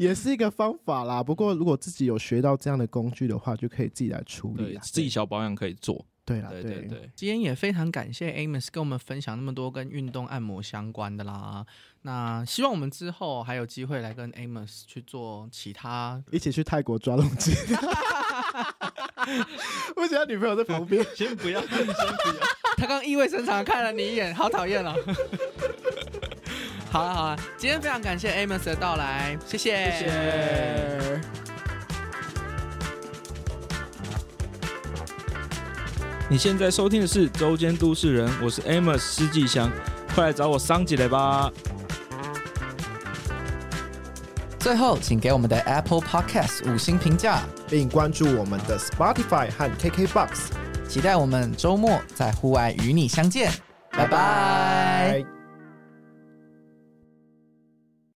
[SPEAKER 1] 也是一个方法啦。不过如果自己有学到这样的工具的话，就可以自己来处 理
[SPEAKER 3] 对
[SPEAKER 1] 啦。
[SPEAKER 3] 自己小保养可以做，
[SPEAKER 1] 对啦，
[SPEAKER 3] 对对
[SPEAKER 1] 嗯
[SPEAKER 3] 对，
[SPEAKER 2] 今天也非常感谢 Amos 跟我们分享那么多跟运动按摩相关的啦。那希望我们之后还有机会来跟 Amos 去做其他
[SPEAKER 1] 一起去泰国抓龙筋。 我想他女朋友在旁 边。
[SPEAKER 3] 先不要，先不要。
[SPEAKER 2] 他刚意味深长地看了你一眼，好讨厌哦。
[SPEAKER 4] 好啊了好了，今天非常感谢 Amos 的到来，谢谢。
[SPEAKER 3] 谢谢。你现在收听的是《周间都市人》，我是 Amos 施继祥，快来找我桑姐来吧。
[SPEAKER 2] 最后，请给我们的 Apple Podcast 五星评价，
[SPEAKER 1] 并关注我们的 Spotify 和 KKBox。
[SPEAKER 2] 期待我们周末在户外与你相见，拜拜
[SPEAKER 1] 拜。